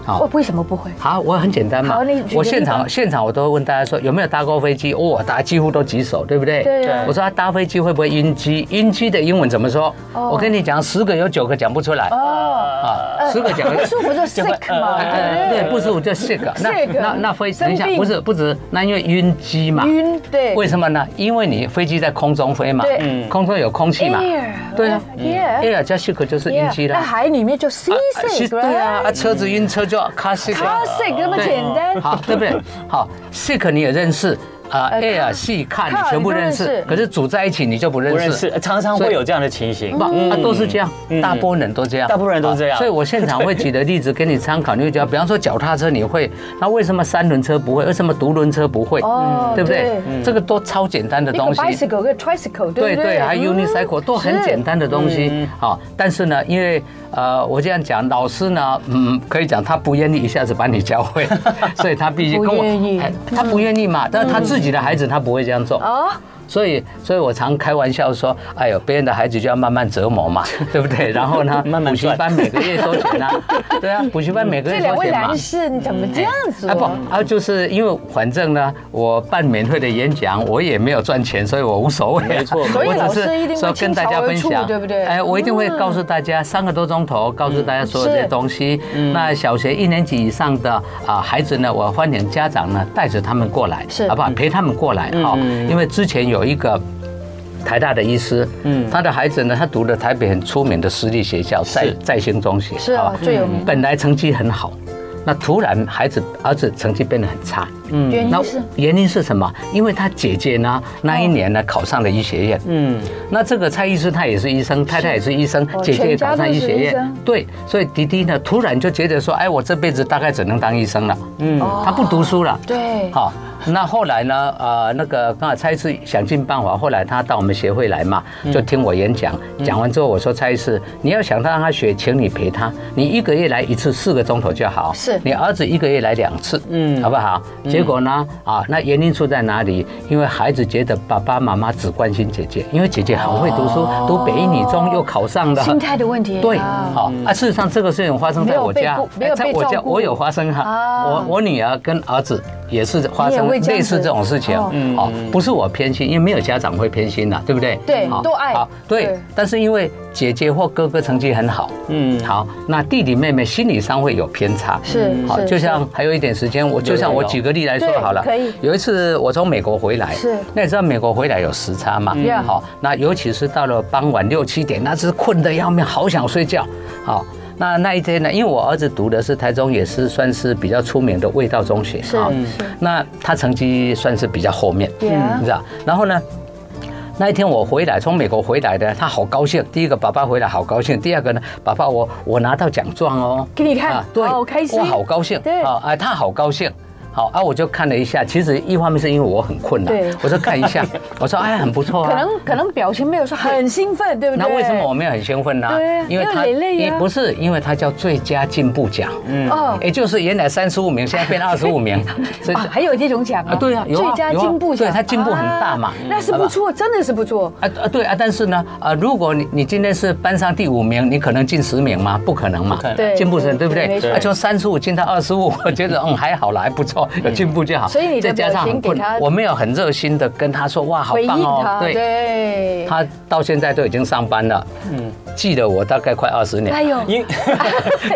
C: 好
A: 哦为为什么不会？
C: 好，我很简单嘛
A: 好你举个。
C: 我现
A: 例
C: 场
A: 子
C: 现场我都会问大家说有没有搭过飞机？哦，大家几乎都举手，对不对？
A: 对啊
C: 我说他搭飞机会不会晕机？晕机的英文怎么说？
A: 哦
C: 我跟你讲，十个有九个讲不出来
A: 哦，
C: 啊，十个讲
A: 不舒服就 sick 嘛，
C: 呃
A: 对
C: 对，
A: 不
C: 不舒服就 sick。那
A: sick
C: 那那飞，
A: 生
C: 等一
A: 病
C: 下，不是不止，那因为晕机嘛
A: 对？。晕，对，
C: 为什么呢？因为你飞机在空中飞嘛
A: 对，
C: 空中有空气嘛。
A: Air，呃
C: 对啊
A: ，air，
C: air 加 sick 就是晕机
A: 那
C: 啦。
A: 海里面就
C: 啊是
A: seasick，
C: 对啊，啊车子晕车就 car sick 啊。
A: ，car sick 那么
C: 对
A: 简单，
C: 好，对不对？好，sick 你也认识啊
A: 呃
C: ，air
A: 看
C: 细看你
A: 看
C: 全部
A: 你都
C: 认
A: 认
C: 识
A: 识，
C: 可 是组在一起你就不
B: 不
C: 认
B: 认
C: 识。
B: 识，常常
C: 所
B: 会
C: 以
B: 有这样的情形
C: 不，。
A: 嗯
C: 啊，都是这样，大部分人都这样，
B: 大部分人都这样
C: 啊所以我现场会举的例子给你参考，你会觉得，比方说脚踏车你会，那为什么三轮车不会？为什么独轮车不会？
A: 哦
C: 嗯对不
A: 对
C: 对？
B: 嗯
C: 这个都超简单的
A: 一个
C: 东西。
A: bicycle，一个 tricycle，对
C: 对
A: 不
C: 对，还有
A: 嗯
C: unicycle 都很
A: 是嗯
C: 简单的东西。好，但是呢，因为呃，我这样讲，老师呢，嗯，可以讲他不愿意一下子把你 教会，所以他必须跟
A: 不愿意嗯
C: 我，哎他不愿意嘛，但是他自己的孩子他不会这样做。
A: 啊，
C: 所以，所以我常开玩笑说，哎呦，别人的孩子就要慢慢折磨嘛，对不对？然后呢，
B: 慢慢
C: 补习
B: 赚
C: 班每个月收钱啊，对啊，补习班每个
A: 这
C: 月
A: 两
C: 收
A: 位
C: 钱嘛
A: 男。士，你怎么这样子、
C: 啊不
A: 哦？
C: 啊，就是因为反正呢，我办免费的演讲，我也没有赚钱，所以我无所谓啊、
B: 没错
A: 所以
C: 我
A: 老
C: 只
A: 师一定
C: 是
A: 会
C: 说
A: 倾
C: 跟大
A: 巢
C: 家
A: 而
C: 分
A: 出
C: 享，
A: 对不对嗯
C: 哎，我一定会告诉大家三个多钟头，告
B: 嗯
C: 诉大家所有这
A: 是
C: 些东西。那小学一年级以上的啊孩子呢，我欢迎家长呢带着他们过来，
A: 是
C: 好不
B: 嗯
C: 好？陪他们过来哈，因为之前有一个。台大的医师，嗯，他的孩子呢，他读的台北很出名的私立学校，在
B: 是
C: 在兴中学，
A: 是哦
C: 好吧
A: 最有名
C: 本来成绩很好，那突然孩子儿子成绩变得很差，
A: 原
C: 嗯那
A: 因是
C: 原因是什么？因为他姐姐呢，那一年呢考上了医学院。
B: 嗯，
C: 那这个蔡医师他也是医生，太太也是医生
A: 哦，
C: 姐姐也考上医学
A: 全家都是医生
C: 院。对，所以迪迪呢突然就觉得说，哎，我这辈子大概只能当医生了。嗯，他不读书了。
A: 对
C: 好，那后来呢？呃，那个刚好蔡医师想尽办法，后来他到我们协会来嘛，就听我演讲。讲完之后，我说蔡医师，你要想让他学，请你陪他，你一个月来一次，四个钟头就好。
A: 是
C: 你儿子一个月来两次，嗯，好不好？结果呢？啊，那原因出在哪里？因为孩子觉得爸爸妈妈只关心姐姐，因为姐姐很会读书，读北一女中又考上了，
A: 心态的问题啊
C: 对，好啊。事实上，这个事情发生在我家哎
A: 没有被顾没有被
C: 在我
A: 照
C: 家
A: 顾
C: 我有发生
A: 啊
C: 哈。我我女儿跟儿子也是发
A: 你也
C: 生
A: 会这样子
C: 类似这种事情
A: 哦，
C: 哦，
B: 嗯
C: 不是我偏心，因为没有家长会偏心的，对不对？
A: 对
C: 好
A: 都爱
C: 好，
A: 对
C: 对，但是因为姐姐或哥哥成绩很好，嗯，好，那弟弟妹妹心理上会有偏差，
A: 是
C: 好，
A: 是
C: 就像还有一点时间，我就像
B: 有有
C: 我
B: 有
C: 举个例来说
A: 对
C: 好了，
A: 可以
C: 有一次我从美国回来，
A: 是
C: 那你知道美国回来有时差嘛？
A: 嗯 Yeah
C: 好，那尤其是到了傍晚六七点，那是困得要命，好想睡觉。好，那那一天呢，因为我儿子读的是台中，也是算是比较出名的味道中学，
A: 是
C: 好
A: 是
C: 那他成绩算是比较后面，
A: Yeah
C: 你知道？然后呢？那一天我回来，从美国回来的，他好高兴。第一个，爸爸回来好高兴；第二个呢，爸爸我我拿到奖状哦，
A: 给你看
C: 啊对，
A: 好开心
C: 我好高兴，
A: 对
C: 啊，哎，他好高兴。好啊，我就看了一下，其实一方面是因为我很困难
A: 对，
C: 我就看一 下，我说哎，很不错啊。
A: 可能可能表情没有说很兴奋，对不对？
C: 那为什么我没有很兴奋呢？
A: 对啊
C: 他
A: 因为累累啊
C: 不是因为他叫最佳进步奖，嗯，
A: 哦
C: 也就是原来三十五名，现 在变二十五名，所以
A: 啊，还有这种奖啊？
C: 啊对啊有啊
A: 最佳
C: 有啊
A: 进步奖，
C: 对他进步很大嘛嗯
A: 啊那是不错，真的是不错。
C: 啊啊对啊，但是呢啊，如果你你今天是班上第五名，你可能进十名吗？不可能嘛
B: 可能，
A: 对
C: 进步神对不
A: 对没
C: 对？
A: 错
C: 啊，从三十五进到二十 五，我觉得嗯还好啦，还不错，有进步就好。
A: 所以你的
C: 再加上
A: 表
C: 很
A: 情给
C: 困
A: 他，
C: 我没有很热心的跟他说哇好
A: 回应
C: 棒哦
A: 他，，对，
C: 他到现在都已经上班了，嗯，记得我大概快二十年。
A: 哎呦，
B: 因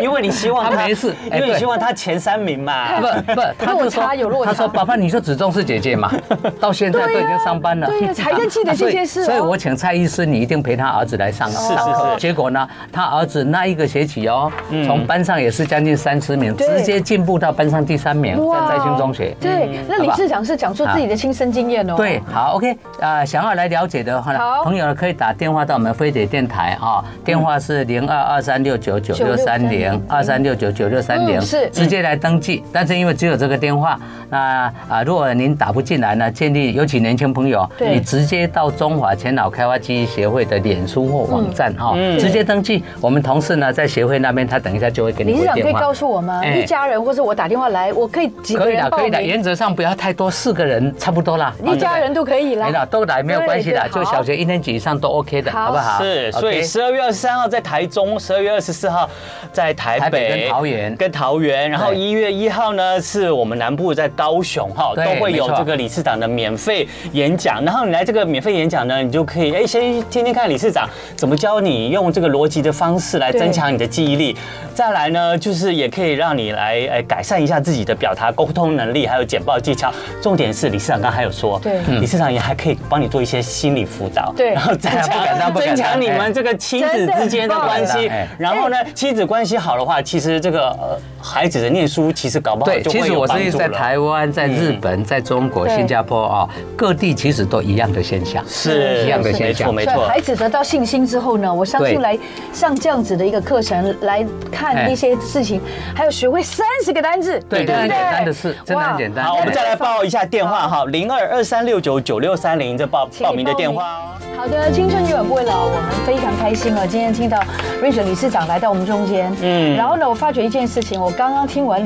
B: 因为你希望
C: 他没事哎
B: 因为你
C: 对
B: 希望他前三名嘛
C: 不。 不，他就
A: 落差
C: 说
A: 有落差
C: 他说：“爸爸，你就只重视姐姐嘛，到现在都已经上班了， 啊
A: 对呀啊才在记得这件事哦
C: 所以，所以我请蔡医师，你一定陪他儿子来上
B: 是
C: 上课。
B: 是
C: 结果呢，他儿子那一个学期哦，从班上也是将近三十名，
A: 嗯对
C: 直接进步到班上第三名，在在新中学。
A: 对，那理事长是讲述自己的亲身经验哦。
C: 对，好，OK，啊、想要来了解的话呢
A: 好，嗯
C: 朋友呢可以打电话到我们飞碟电台啊、电话是零二二三六九九六三零二三六九九六三零，
A: 嗯是
C: 直接来登记。但是因为只有这个电话，那啊、如果您打不进来呢，建议尤其年轻朋友，
A: 对
C: 你直接到中华前脑开发记忆协会的脸书或网站啊、
A: 嗯
C: 直接登记。我们同事呢在协会那边，他等一下就会给你
A: 理
C: 回
A: 事长可以
C: 电话
A: 告。诉我吗？
C: 哎
A: 一家人或者我打电话来，我可以几个
C: 可以
A: 人
C: 的，
A: 报
C: 可以的，
A: 名？
C: 原则上不要太多，四个人差不多啦。
A: 一家人都可以
C: 没
A: 啦
C: 了，。哎都来没有关系的，
A: 对对
C: 就小学一年级以上都 OK 的，
A: 好
C: 好不好？
B: 是，所以
C: OK
B: 十二月二十三号在台中，十二月二十四号在台
C: 台
B: 北
C: 北跟桃园
B: 跟桃园，然后
C: 对
B: 一月一号呢是我们南部在高雄哈，
C: 对
B: 都会有
C: 没错
B: 这个理事长的免费演讲。然后你来这个免费演讲呢，你就可以哎先听听看理事长怎么教你用这个逻辑的方式来
A: 对
B: 增强你的记忆力，再来呢就是也可以让你来哎改善一下自己的表达沟通能力，还有简报技巧。重点是理事长刚刚还有说，
A: 对
C: 嗯
B: 理事长也还可以帮你做一些心理辅导，
A: 对
B: 然后增
C: 不敢当
B: 强
C: 不敢
B: 增
C: 当
B: 强你
C: 哎
B: 们这个亲子之间的关
C: 真
B: 系
C: 的哎，
B: 然后呢，亲子关系好的话，其实这个呃孩子的念书其实搞不好
C: 对，
B: 就
C: 其
B: 会
C: 实
B: 有
C: 我
B: 帮
C: 是
B: 助
C: 在
B: 了。嗯
C: 台湾、在日本、在中国、
A: 对
C: 新加坡啊，各地其实都一样的现象，
B: 是
C: 一样的现
B: 没错
C: 象。
B: 没
A: 所以
B: 错
A: 孩。子得到信心之后呢，我相信
C: 对
A: 来上这样子的一个课程来看
C: 哎
A: 一些事情，还有学会三十个单字，
C: 对
A: 不
C: 很简单的事真的
A: 哇
C: 很简单
B: 好，我们
C: 哎
B: 再来报一下电话哈，零二二三六九九六三零这报
A: 请你
B: 报名的
A: 报
B: 电
A: 名
B: 话哦。
A: 好的，青春永远不会老，我们非常开心哦。今天听到瑞雪理事长来到我们中间，嗯，然后呢，我发觉一件事情，我刚刚听完，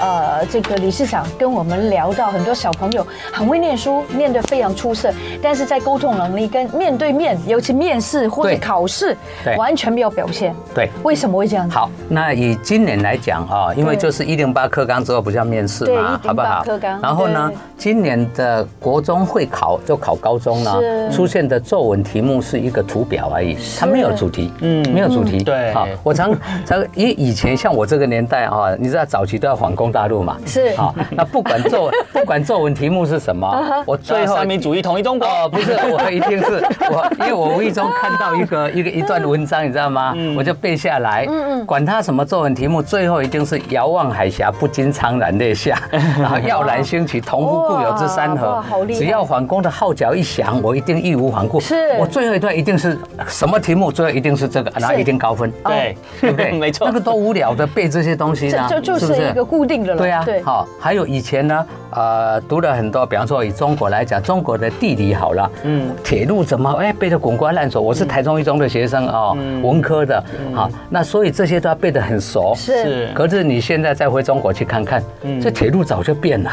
A: 呃，这个理事长跟我们聊到很多小朋友很会念书，念得非常出色，但是在沟通能力跟面对面，尤其面试或者
C: 对
A: 考试，
C: 对
A: 完全没有表现。
C: 对
A: 为什么会这样子？
C: 好，那以今年来讲啊，因为
A: 对
C: 就是一零八课纲之后不叫面试
A: 对
C: 嘛，
A: 108
C: 好不好
A: 课纲？
C: 然后呢
A: 对，
C: 今年的国中会考就考高中呢
A: 是，
C: 出现的作文题目是一个图表而已，它没有主题，嗯，没有主题。
B: 对
C: 好，我常常因为以前像我这个年代啊，你知道早期都要反攻大陆嘛，
A: 是啊
C: 好，那不管作文 不管作文题目 是什么，我最
B: 最后
C: 后
B: 三民主义统一中国。
C: 哦，不是，我一定 是我，因为我无意中看到一个一个一段文章，你知道吗？我就背下来。嗯嗯，管他什么作文题目，最后一定是遥望海峡，不禁怅然啊泪下， 然后耀然兴起，同呼故友之山
A: 哇
C: 河
A: 好。厉害嗯
C: 只要桓公的号角一响，我一定义无反顾。
A: 是
C: 我最后一段一定是什么题目？最后一定是这个，然后
A: 是哦
C: 一定高分。
B: 对
C: 对 不对？
B: 没错
C: 那个多无聊的背这些东西呢，
A: 这这就是
C: 不
A: 一个固定的了
C: 对啊，
A: 对
C: 好，还有以前呢，呃，读了很多，比方说以中国来讲，中国的地理好了，嗯，铁路怎么哎背得滚瓜烂熟？我是台中一中的学生哦，文科的，好，那所以这些都要背得很熟。
A: 是，
B: 是
C: 可是你现在再回中国去看看，这铁路早就变了，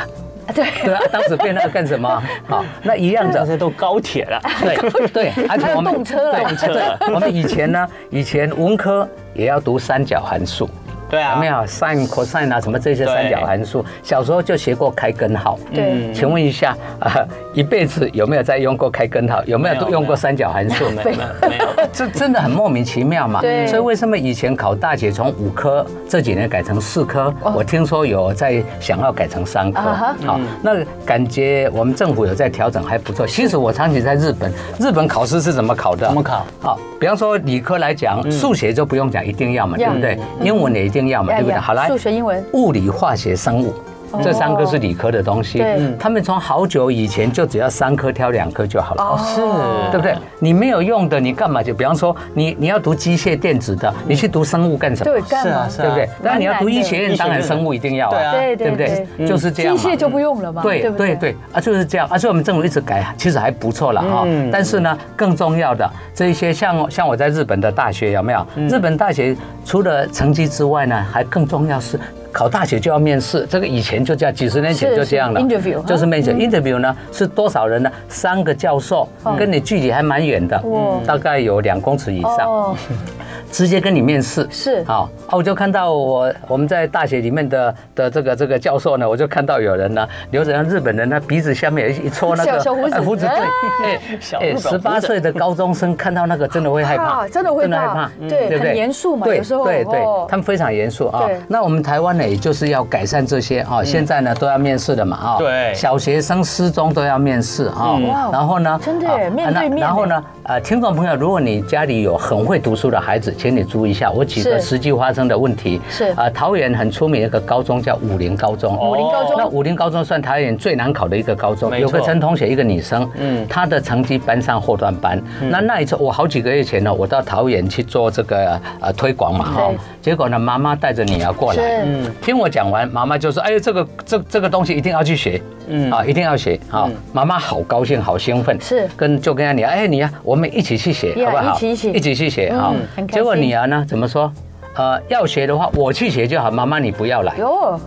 A: 对。
C: 对啊，当时变了干什么？好，那一样的
B: 但，是都高铁 了，
C: 对对，而且我
A: 还有
C: 们
A: 动车了
C: 对
A: 动
B: 车了
C: 对我们以前呢，以前文科也要读三角函数。
B: 对啊
C: 有没有 sin、cosine 啊，什么这些三角函数，小时候就学过开根号。
A: 对
C: 嗯请问一下啊、一辈子有没有在用过开根号？有没
B: 没
C: 有
B: 有
C: 用过三角函数？
B: 没有没有，
C: 这真的很莫名其妙嘛。
A: 对
C: 所以为什么以前考大学从五科这几年改成四科？我听说有在想要改成三科。
A: 哦啊哈
C: 好，
B: 嗯
C: 那感觉我们政府有在调整，还不错。其实我长期在日本，日本考试是怎么考的？
B: 怎么考？嗯
C: 好，比方说理科来讲，数学就不用讲，一定要嘛，
A: 要嗯
C: 对不对？英文也一定要嘛，
A: 要
C: 对不对？
A: 要
C: 好来，
A: 哎数学英文
C: 物理、化学、生物。这三科是理科的东西
A: 哦对嗯，
C: 他们从好久以前就只要三科挑两科就好了。
A: 哦
B: 是
C: 对不对？你没有用的，你干嘛去？比方说，你你要读机械电子的，你去读生物干什么？
A: 对，干
B: 是
A: 嘛
B: 啊？是
C: 对不对
B: 啊？
C: 那你要读医学
B: 医
C: 院，
B: 学院
C: 当然生物一定要
B: 对啊
C: 啊，
A: 对对
C: 对不对？就是这
A: 机
C: 样嘛。
A: 械就不用了嘛，
C: 对
A: 不
C: 对对啊，就是这样，而且我们政府一直改，其实还不错了哈
B: 嗯。
C: 但是呢，更重要的这一些，像像我在日本的大学有没有？
A: 嗯
C: 日本大学除了成绩之外呢，还更重要是。考大学就要面试，这个以前就这样，几十年前
A: 是
C: 就这样了。
A: 是，interview，嗯
C: 就是面试。interview 呢是多少人呢？三个教授，跟你距离还蛮远的
A: 哦哇，
C: 大概有两公尺以上。
A: 哦，
C: 直接跟你面试。
A: 是
C: 好啊，我就看到我我们在大学里面的的这个这个教授呢，我就看到有人呢留着像日本人呢鼻子下面有一一撮那
A: 小
C: 个
A: 小胡子
C: 哎胡子
A: 哎
C: 对，
B: 小
C: 哎
B: 日本胡子
C: 十八岁的高中生看到那个真的会害
A: 怕
C: 怕，
A: 真的会怕嗯对
C: 不
A: 很严肃嘛
C: 对
A: 有时候
C: 对对
A: 哦，
C: 他们非常严肃啊
A: 对。嗯
C: 那我们台湾呢，也就是要改善这些啊，现在呢都要面试的嘛啊，
B: 对
C: 小学生失踪都要面试啊
A: 哇哦，
C: 然后呢，
A: 真的
C: 啊
A: 耶面
C: 那
A: 对面
C: 然后
A: 耶
C: 呢？呃，听众朋友，如果你家里有很会读书的孩子，请你注意一下，我举个
A: 是
C: 实际发生的问题。
A: 是
C: 呃，桃园很出名的一个高中叫武林高中。
A: 武林高
B: 哦
A: 中
C: 那武林高中算桃园最难考的一个高中，
B: 没错
C: 有个陈同学，一个女生，嗯，她的成绩班上后段班。那那一次，我好几个月前呢，我到桃园去做这个呃推广嘛，哈
A: 对，
C: 结果呢，妈妈带着女儿过
A: 是
C: 来，
A: 嗯
C: 听我讲完，妈妈就说：“哎，这个这这个东西一定要去学，
B: 嗯
C: 嗯啊，一定要学啊！”妈妈好高兴，好兴奋，
A: 是
C: 跟就跟她女儿：“哎，你呀，我们一起去学，
A: Yeah，
C: 好不好？
A: 一起一起
C: 一起去学啊
A: 嗯很！”开心
C: 结果女儿呢怎么说？呃，要学的话，我去学就好，妈妈你不要来。
A: 哟，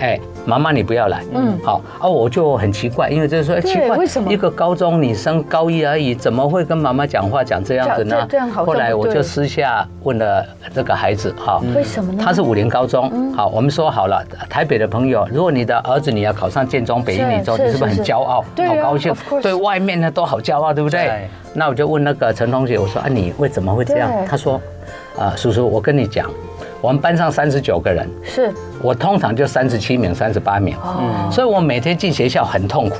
C: 哎，妈妈你不要来，嗯，好，啊，我就很奇怪，因为就是说，哎
A: 对
C: 奇怪，
A: 为什么
C: 一个高中女生高一而已，怎么会跟妈妈讲话讲这样子
A: 这这
C: 呢？
A: 这样好像不
C: 后
A: 对嗯
C: 来我就私下问了这个孩子，哈，
A: 为什么呢嗯
C: 他是武林高中，好，我们说好了，台北的朋友，如果你的儿子你要考上建中、北一
A: 是
C: 女中，你
A: 是
C: 是不是
A: 是
C: 很骄傲，
A: 对啊
C: 好高兴
A: of course，
C: 对外面呢都好骄傲，对不对
B: 对？
C: 那我就问那个陈同学，我说啊，你为怎么会这样
A: 对？
C: 他说，啊，叔叔，我跟你讲，我们班上三十九个人，
A: 是
C: 我通常就三十七名、三十八名，
A: 哦，
C: 所以我每天进学校很痛苦，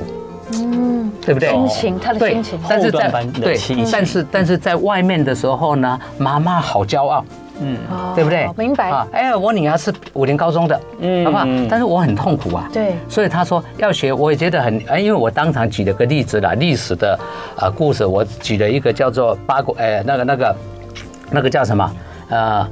A: 嗯，
C: 对不对？
A: 心情他的
C: 对
A: 心情，
C: 但是
B: 后段
C: 在
B: 班的
C: 对
B: 心情，
C: 但是但是在外面的时候呢，妈妈好骄傲，
A: 哦
C: 嗯对不对？
A: 明白
C: 啊，，哎，我女儿是武林高中的，
B: 嗯
C: 好不好？但是我很痛苦啊。
A: 对
C: 所以他说要学，我也觉得很，哎，因为我当场举了个例子啦，历史的呃故事，我举了一个叫做八国，哎，那个那个那个叫什么？呃，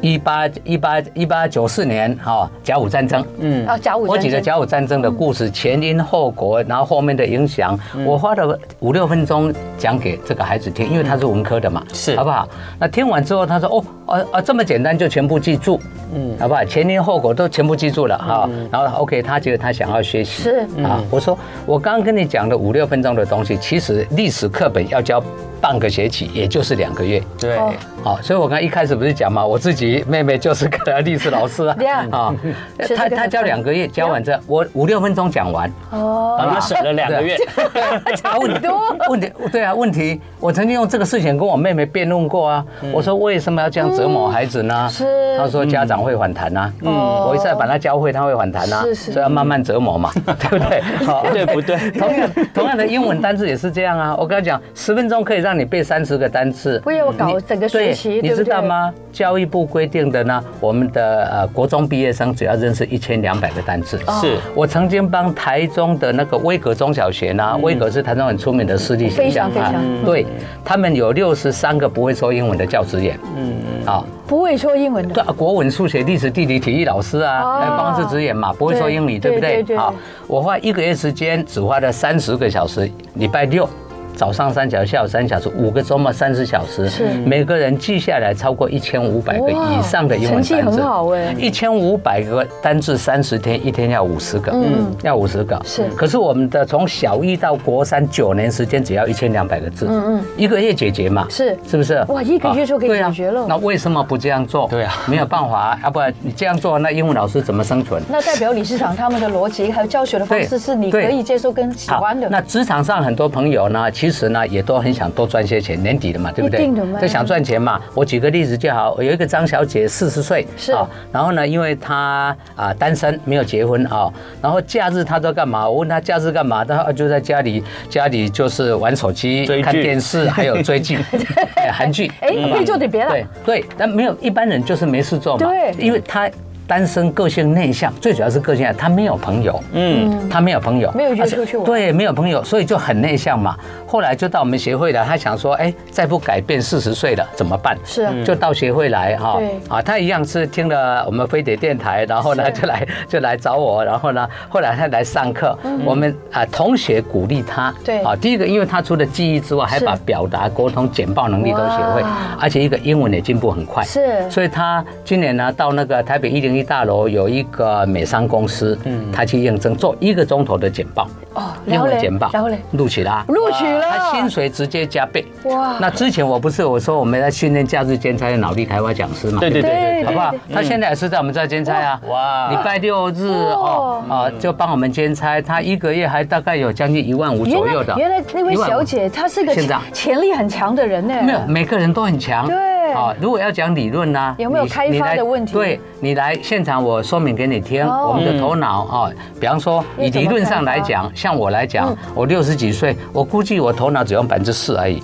C: 一八一八一八九四年哈甲午战争，嗯，
A: 哦，甲午
C: 我
A: 战
C: 举
A: 争
C: 个甲午战争的故事前因后果，然后后面的影响，
A: 嗯
C: 我花了五六分钟讲给这个孩子听，因为他是文科的
A: 嗯
C: 嘛，
B: 是
C: 好不好？那听完之后，他说哦，啊啊，这么简单就全部记住，嗯，好不好？前因后果都全部记住了哈。然后 OK，他觉得他想要学
A: 嗯
C: 习，
A: 是嗯
C: 啊，我说我刚刚跟你讲的五六分钟的东西，其实历史课本要教半个学期，也就是两个月，
B: 对
A: 哦
C: 好，所以我刚一开始不是讲嘛，我自己妹妹就是个历史老师 啊
A: Yeah，
C: 啊，
A: 是
C: 她
A: 这个
C: 她教两个月，教完这我五六分钟 讲完，
A: 哦，
B: 我们省了两个月，
C: 差不
A: 多。
C: 问题对啊，问题我曾经用这个事情跟我妹妹辩论过啊，我说为什么要这样折磨孩子呢？
A: 是
C: 她说家长会反弹啊，嗯，
A: 哦
C: 我一再把她教会，她会反弹啊，
A: 是是
C: 所以要慢慢折磨 嘛，对不对？好
B: 对不对？
C: 同样同样的英文单字也是这样啊，我跟他讲，十分钟可以让你背三十个单词。
A: 我也有搞
C: 你
A: 整个学习
C: 对
A: 对
C: 你
A: 不
C: 知道
A: 对
C: 吗？教育部规定的呢，我们的呃国中毕业生只要认识一千两百个单词。
A: 哦
B: 是
C: 我曾经帮台中的那个威格中小学呢，威格是台中很出名的私立学
A: 嗯非
C: 校
A: 常非常嗯
C: 对他们有六十三个不会说英文的教职员，嗯，啊，
A: 不会说英文
C: 对
A: 的，
C: 啊，国文、数学、历史、地理、体育老师
A: 哦
C: 啊，来帮助职员嘛，不会说英语，
A: 对
C: 对不
A: 对对
C: 对？好，我花一个月时间，只花了三十个小时，礼拜六。早上三小时，下午三小时，五个周末三十小时，
A: 是
C: 每个人记下来超过一千五百个
A: 哇
C: 以上的英文
A: 成
C: 单
A: 绩
C: 词，
A: 很好哎
C: 一千五百个单字三十天，一天要五十个，
A: 嗯
C: 嗯，要五十个。
A: 是
C: 可是我们的从小一到国三九年时间，只要一千两百个字，嗯嗯，一个月解决嘛，
A: 是
C: 是不是？
A: 哇一个月就可以
C: 啊对啊
A: 解决了
C: 那为什么不这样做？
B: 对啊
C: 没有办法，要不然你这样做，那英文老师怎么生存？
A: 那代表理事长他们的逻辑还有教学的方式
C: 对
A: 是你可
C: 对
A: 以接受跟喜欢的。
C: 那职场上很多朋友呢，其实呢也都很想多赚些钱，年底了嘛，对不对？
A: 一定的嘛
C: 都想赚钱嘛。我举个例子就好，有一个张小姐，四十岁，
A: 是
C: 啊然后呢，因为她啊单身，没有结婚啊，然后假日她都干嘛？我问她假日干嘛，她说啊就在家里，家里就是玩手机
B: 追、剧
C: 看电视，还有 追剧、哎韩剧。
A: 哎，可以就得别了
C: 对，对，但没有一般人就是没事做嘛。
A: 对
C: 因为他单身，个性内向，最主要是个性内向，啊他没有朋友，嗯，他没有朋友，
A: 没有约出去玩
C: 对，没有朋友，所以就很内向嘛。后来就到我们协会来，他想说，哎，再不改变，四十岁了怎么办？
A: 是啊
C: 就到协会来哈
A: 对，
C: 啊，他一样是听了我们飞碟电台，然后呢
A: 是
C: 就来就来找我，然后呢后来他来上课，我们啊同学鼓励他，
A: 嗯对
C: 啊，第一个因为他除了记忆之外，还
A: 是
C: 把表达、沟通、简报能力都学会
A: 哇，
C: 而且一个英文也进步很快，
A: 是
C: 所以他今年呢到那个台北一零一大楼有一个美商公司，嗯，他去应征做一个钟头的简报，
A: 哦，然
C: 英
A: 后
C: 文
A: 嘞
C: 简报，
A: 然后嘞，
C: 录取啦，
A: 录取了
C: 他薪水直接加倍。
A: 哇
C: 那之前我不是我说我们在训练假日兼差的脑力开发讲师嘛，
B: 对对对
A: 对
B: 对
C: 好
B: 对
C: 不好
A: 对？
C: 他现在也是在我们这兼差啊，
B: 哇
C: 哇，礼拜六日哦啊就帮我们兼差，他一个月还大概有将近一万五
A: 原
C: 左右
A: 来
C: 的。
A: 原来那位
C: 15,000
A: 小姐她是个
C: 现在
A: 潜力很强的人呢。
C: 没有，每个人都很强。
A: 对
C: 啊，如果要讲理论呢，
A: 有没有
C: 你
A: 开发
C: 你来
A: 的问题
C: 对你来现场，我说明给你听。
A: 哦
C: 我们的头脑啊，比方说
A: 你
C: 以
A: 怎么
C: 理论上来
A: 开发嗯
C: 讲，像我来讲，我六十几岁，我估计我头脑只用百分之四而已。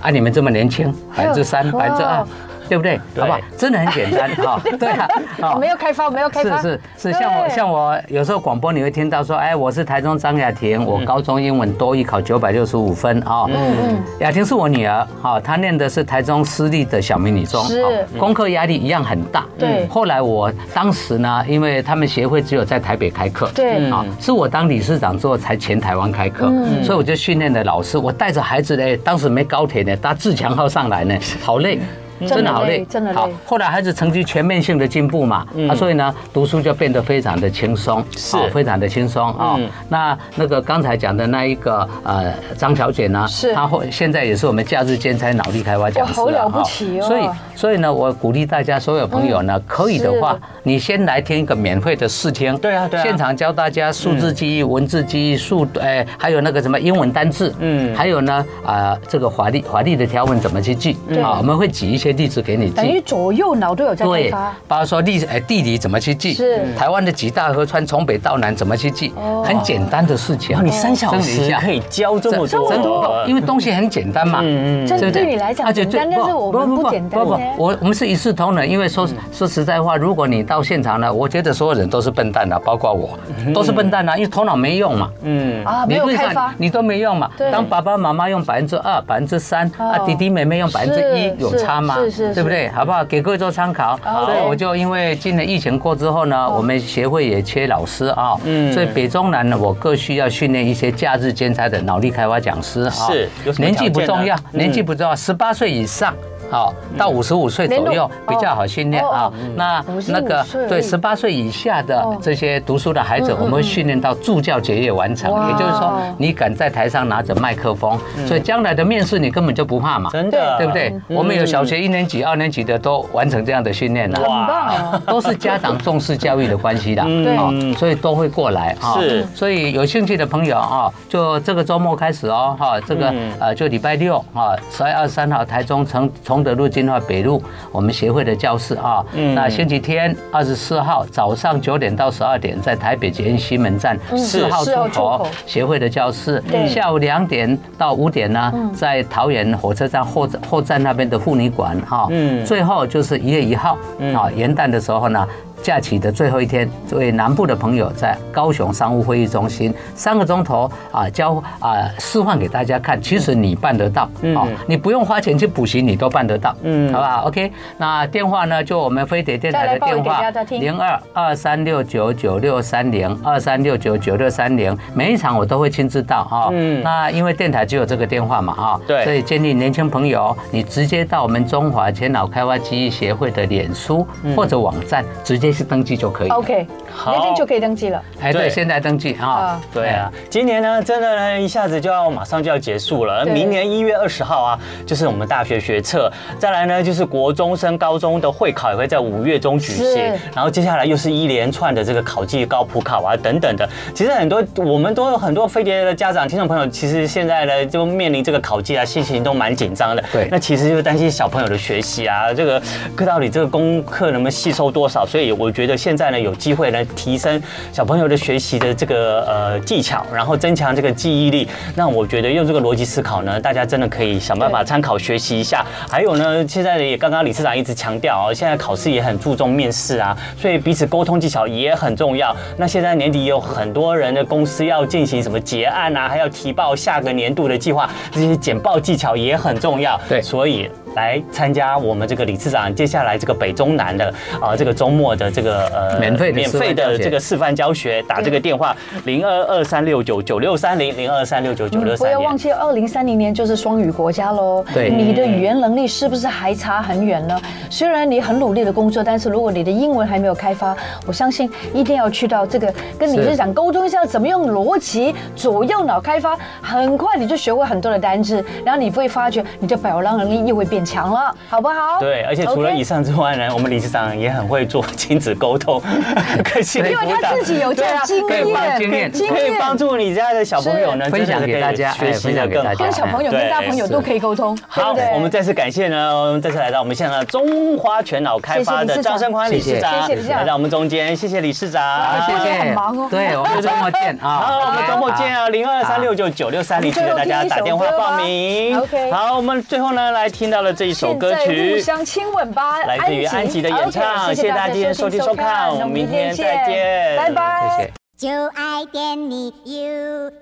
C: 啊，你们这么年轻，
A: 哎
C: 百
A: 呦哦
C: 分之三、
A: 哇
C: 百分之二，对不对？
B: 对
C: 好不好？真的很 简单哈。对啊，啊
A: 哦没有开发，没有开
C: 是
A: 发，
C: 是是，像我
A: 对
C: 像我有时候广播你会听到说，哎，我是台中张雅婷，我高中英文多一考九百六十五分啊。嗯嗯，雅婷是我女儿，哈，她念的是台中私立的小迷你中，
A: 是
C: 哦功课压力一样很大。
A: 对
C: 嗯后来我当时呢，因为他们协会只有在台北开课，
A: 对
C: 啊，是我当理事长之后才前台湾开课，
A: 嗯
C: 所以我就训练了老师，我带着孩子呢，当时没高铁呢，搭自强号上来呢，好累。
A: 真
C: 真
A: 的
C: 的好
A: 累
C: 累，
A: 嗯真的累嗯
C: 好，后来孩子成绩全面性的进步嘛，啊，所以呢，读书就变得非常的轻松，
B: 是
C: 啊非常的轻松啊
B: 嗯。
C: 那那个刚才讲的那一个呃张小姐呢，
A: 是
C: 她后现在也是我们假日兼差脑力开发讲师
A: 哇好了不
C: 哈
A: 起哦嗯
C: 所以所以呢，我鼓励大家所有朋友呢，可以的话
A: 是，
C: 你先来听一个免费的试听，
B: 对啊对啊
C: 现场教大家数
B: 嗯
C: 字记忆、文字记忆、数哎，还有那个什么英文单字，嗯，还有呢啊这个法律法律的条文怎么去记啊，我们会举一些例子给你
A: 等于
C: 记。
A: 左右脑都有在开
C: 对
A: 发，，
C: 包括说历哎地理怎么去记，
A: 是
C: 台湾的几大河川从北到南怎么去记，很简单的事情。
B: 哦然后你三小
C: 整理一
B: 时
C: 下
B: 可以教这么
A: 这么
B: 多，
A: 多
C: 因为东西很简单嘛，嗯
A: 这对你来讲简单，但是我们不简单
C: 不不
A: 呢，。
C: 我我们是一视同仁，因为
A: 嗯
C: 说说实在话，如果你到现场呢，我觉得所有人都是笨蛋的，包括我都是笨蛋啊，因为头脑没用嘛，
B: 嗯，
A: 啊，没有
C: 理论上
A: 开发，
C: 你都没用嘛
A: 对。
C: 当爸爸妈妈用百分之二、百分之三，啊
A: 哦，
C: 弟弟妹妹用百分之
A: 是
C: 一，有差吗？
A: 是是是
C: 对不对？好不好？给各位做参考。
A: 好
C: 所以我就因为今年疫情过之后呢，我们协会也缺老师啊，
B: 嗯
C: 所以北中南呢，我各需要训练一些假日兼差的脑力开发讲师啊。
B: 是有什么
C: 年纪不
B: 条件呢
C: 重要，
B: 嗯
C: 年纪不重要，十八岁以上。好，到五十五岁
A: 年
C: 左
A: 龄
C: 右
A: 哦
C: 比较好训练
A: 哦哦
C: 啊。
B: 嗯
C: 那
A: 55
C: 那个
A: 岁
C: 对十八岁以下的
A: 哦嗯
C: 这些读书的孩子，我们会训练到助教结业完成，
A: 哇
C: 也就是说，你敢在台上拿着麦克风，所以将来的面试你根本就不怕嘛。
B: 真的
C: 对不对？我们有小学一年级、二年级的都完成这样的训练了。
A: 很棒啊！
C: 都是家长重视教育的关系啦，
A: 对
C: 哦所以都会过来哈
B: 是
C: 所以有兴趣的朋友啊，哦就这个周末开始哦，哈，这个
B: 嗯
C: 呃，就礼拜六啊，十二二三号台中承崇德路金华北路我们协会的教室啊，
B: 嗯
C: 那星期天二十四号早上九点到十二点，在台北捷运西门站四号
A: 四
C: 出
A: 号出口
C: 口哦协会的教室
A: 对，嗯
C: 下午两点到五点呢，在桃园火车站后后站那边的妇女馆哈，
B: 嗯
C: 最后就是一月一号
A: 嗯
C: 啊，元旦的时候呢。假期的最后一天，作为南部的朋友，在高雄商务会议中心三个钟头啊，教啊示范给大家看，其实你办得到
A: 嗯
C: 啊，你不用花钱去补习，你都办得到，嗯，好不好？OK，那电话呢，就我们飞碟电台的
A: 再
C: 电话
A: 来报一个给大家听
C: 零二二三六九九六三零二三六九九六三零，每一场我都会亲自到啊，
B: 嗯
C: 那因为电台只有这个电话嘛啊，
B: 对
C: 所以建议年轻朋友，你直接到我们中华前脑开发记忆协会的脸书
B: 嗯
C: 或者网站，直接去登记就可以了。
A: OK，
B: 好
A: 那天就可以登记了。
C: 哎，对，
B: 哦对
C: 现在登记啊
A: 啊。
B: 对啊，今年呢，真的呢，一下子就要马上就要结束了。
A: 对
B: 明年一月二十号啊，就是我们大学学测，再来呢就是国中升高中的会考也会在五月中举
A: 是
B: 行，然后接下来又是一连串的这个考绩高普考啊等等的。其实很多我们都有很多飞碟的家长、听众朋友，其实现在呢就面临这个考绩啊，心情都蛮紧张的。
C: 对
B: 那其实就是担心小朋友的学习啊，这个课到底这个功课能不能吸收多少？所以我觉得现在呢，有机会呢提升小朋友的学习的这个呃技巧，然后增强这个记忆力。那我觉得用这个逻辑思考呢，大家真的可以想办法
A: 对
B: 参考学习一下。还有呢，现在也刚刚理事长一直强调啊，现在考试也很注重面试啊，所以彼此沟通技巧也很重要。那现在年底也有很多人的公司要进行什么结案啊，还要提报下个年度的计划，这些简报技巧也很重要。
C: 对
B: 所以来参加我们这个理事长接下来这个北中南的啊、这个周末的这个呃
C: 免费的
B: 免费
C: 示范教
B: 的
C: 学嗯
B: 这个示范教学，打这个电话零二二三六九九六三零零二三六九九六
A: 嗯不
B: 三
A: 要忘
B: 零。
A: 记，哦二零三零年就是双语国家喽。
C: 对
A: 你的语言能力是不是还差很远呢？虽然你很努力的工作，但是如果你的英文还没有开发，我相信一定要去到这个跟理事长沟通一下，怎么用逻辑左右脑开发，很快你就学会很多的单字，然后你会发觉你的表达能力又会变强了，好不好？
B: 对，而且除了
A: OK
B: 以上之外呢，我们理事长也很会做亲子沟通， 可惜
A: 因为他自己有这
B: 对
A: 样
B: 啊
A: 经
C: 可以帮经
A: 验，
C: 验
A: 经
B: 可以帮
A: 验。
B: 助你家的小朋友呢，
C: 是分
B: 真
C: 享
B: 的
C: 给大家
B: 可以学习
C: 哎分
B: 的
C: 享给
B: 更
C: 大家
B: 好
A: 跟。小朋友、跟大朋友
B: 对
A: 都可以沟通，对
B: 好
A: 不对，
B: 我们再次感谢呢，再次来到我们现场的中华全脑开发
A: 谢谢理
B: 的
A: 事长
B: 张生宽理事
A: 谢
B: 长，
A: 谢谢谢理事长
B: 来到我们中间，谢谢理事长，
C: 啊好，谢
A: 我也很
C: 谢
A: 忙哦。
C: 对，我们周末见啊。
B: 好，我们周末见啊，零二三六九九六三零，记得大家打电话报名。
A: 好，OK
B: 好，我们最后呢来听到了这一首歌
A: 现在互
B: 曲，
A: 相亲吻吧，
B: 来自于安吉的演唱
A: OK，
B: 谢谢大家今天
A: 收
B: 收
A: 听
B: 听
A: 收
B: 收看
A: 看，
B: 我们明天再见
A: 拜拜。
C: 谢谢。
D: 就爱点你 U。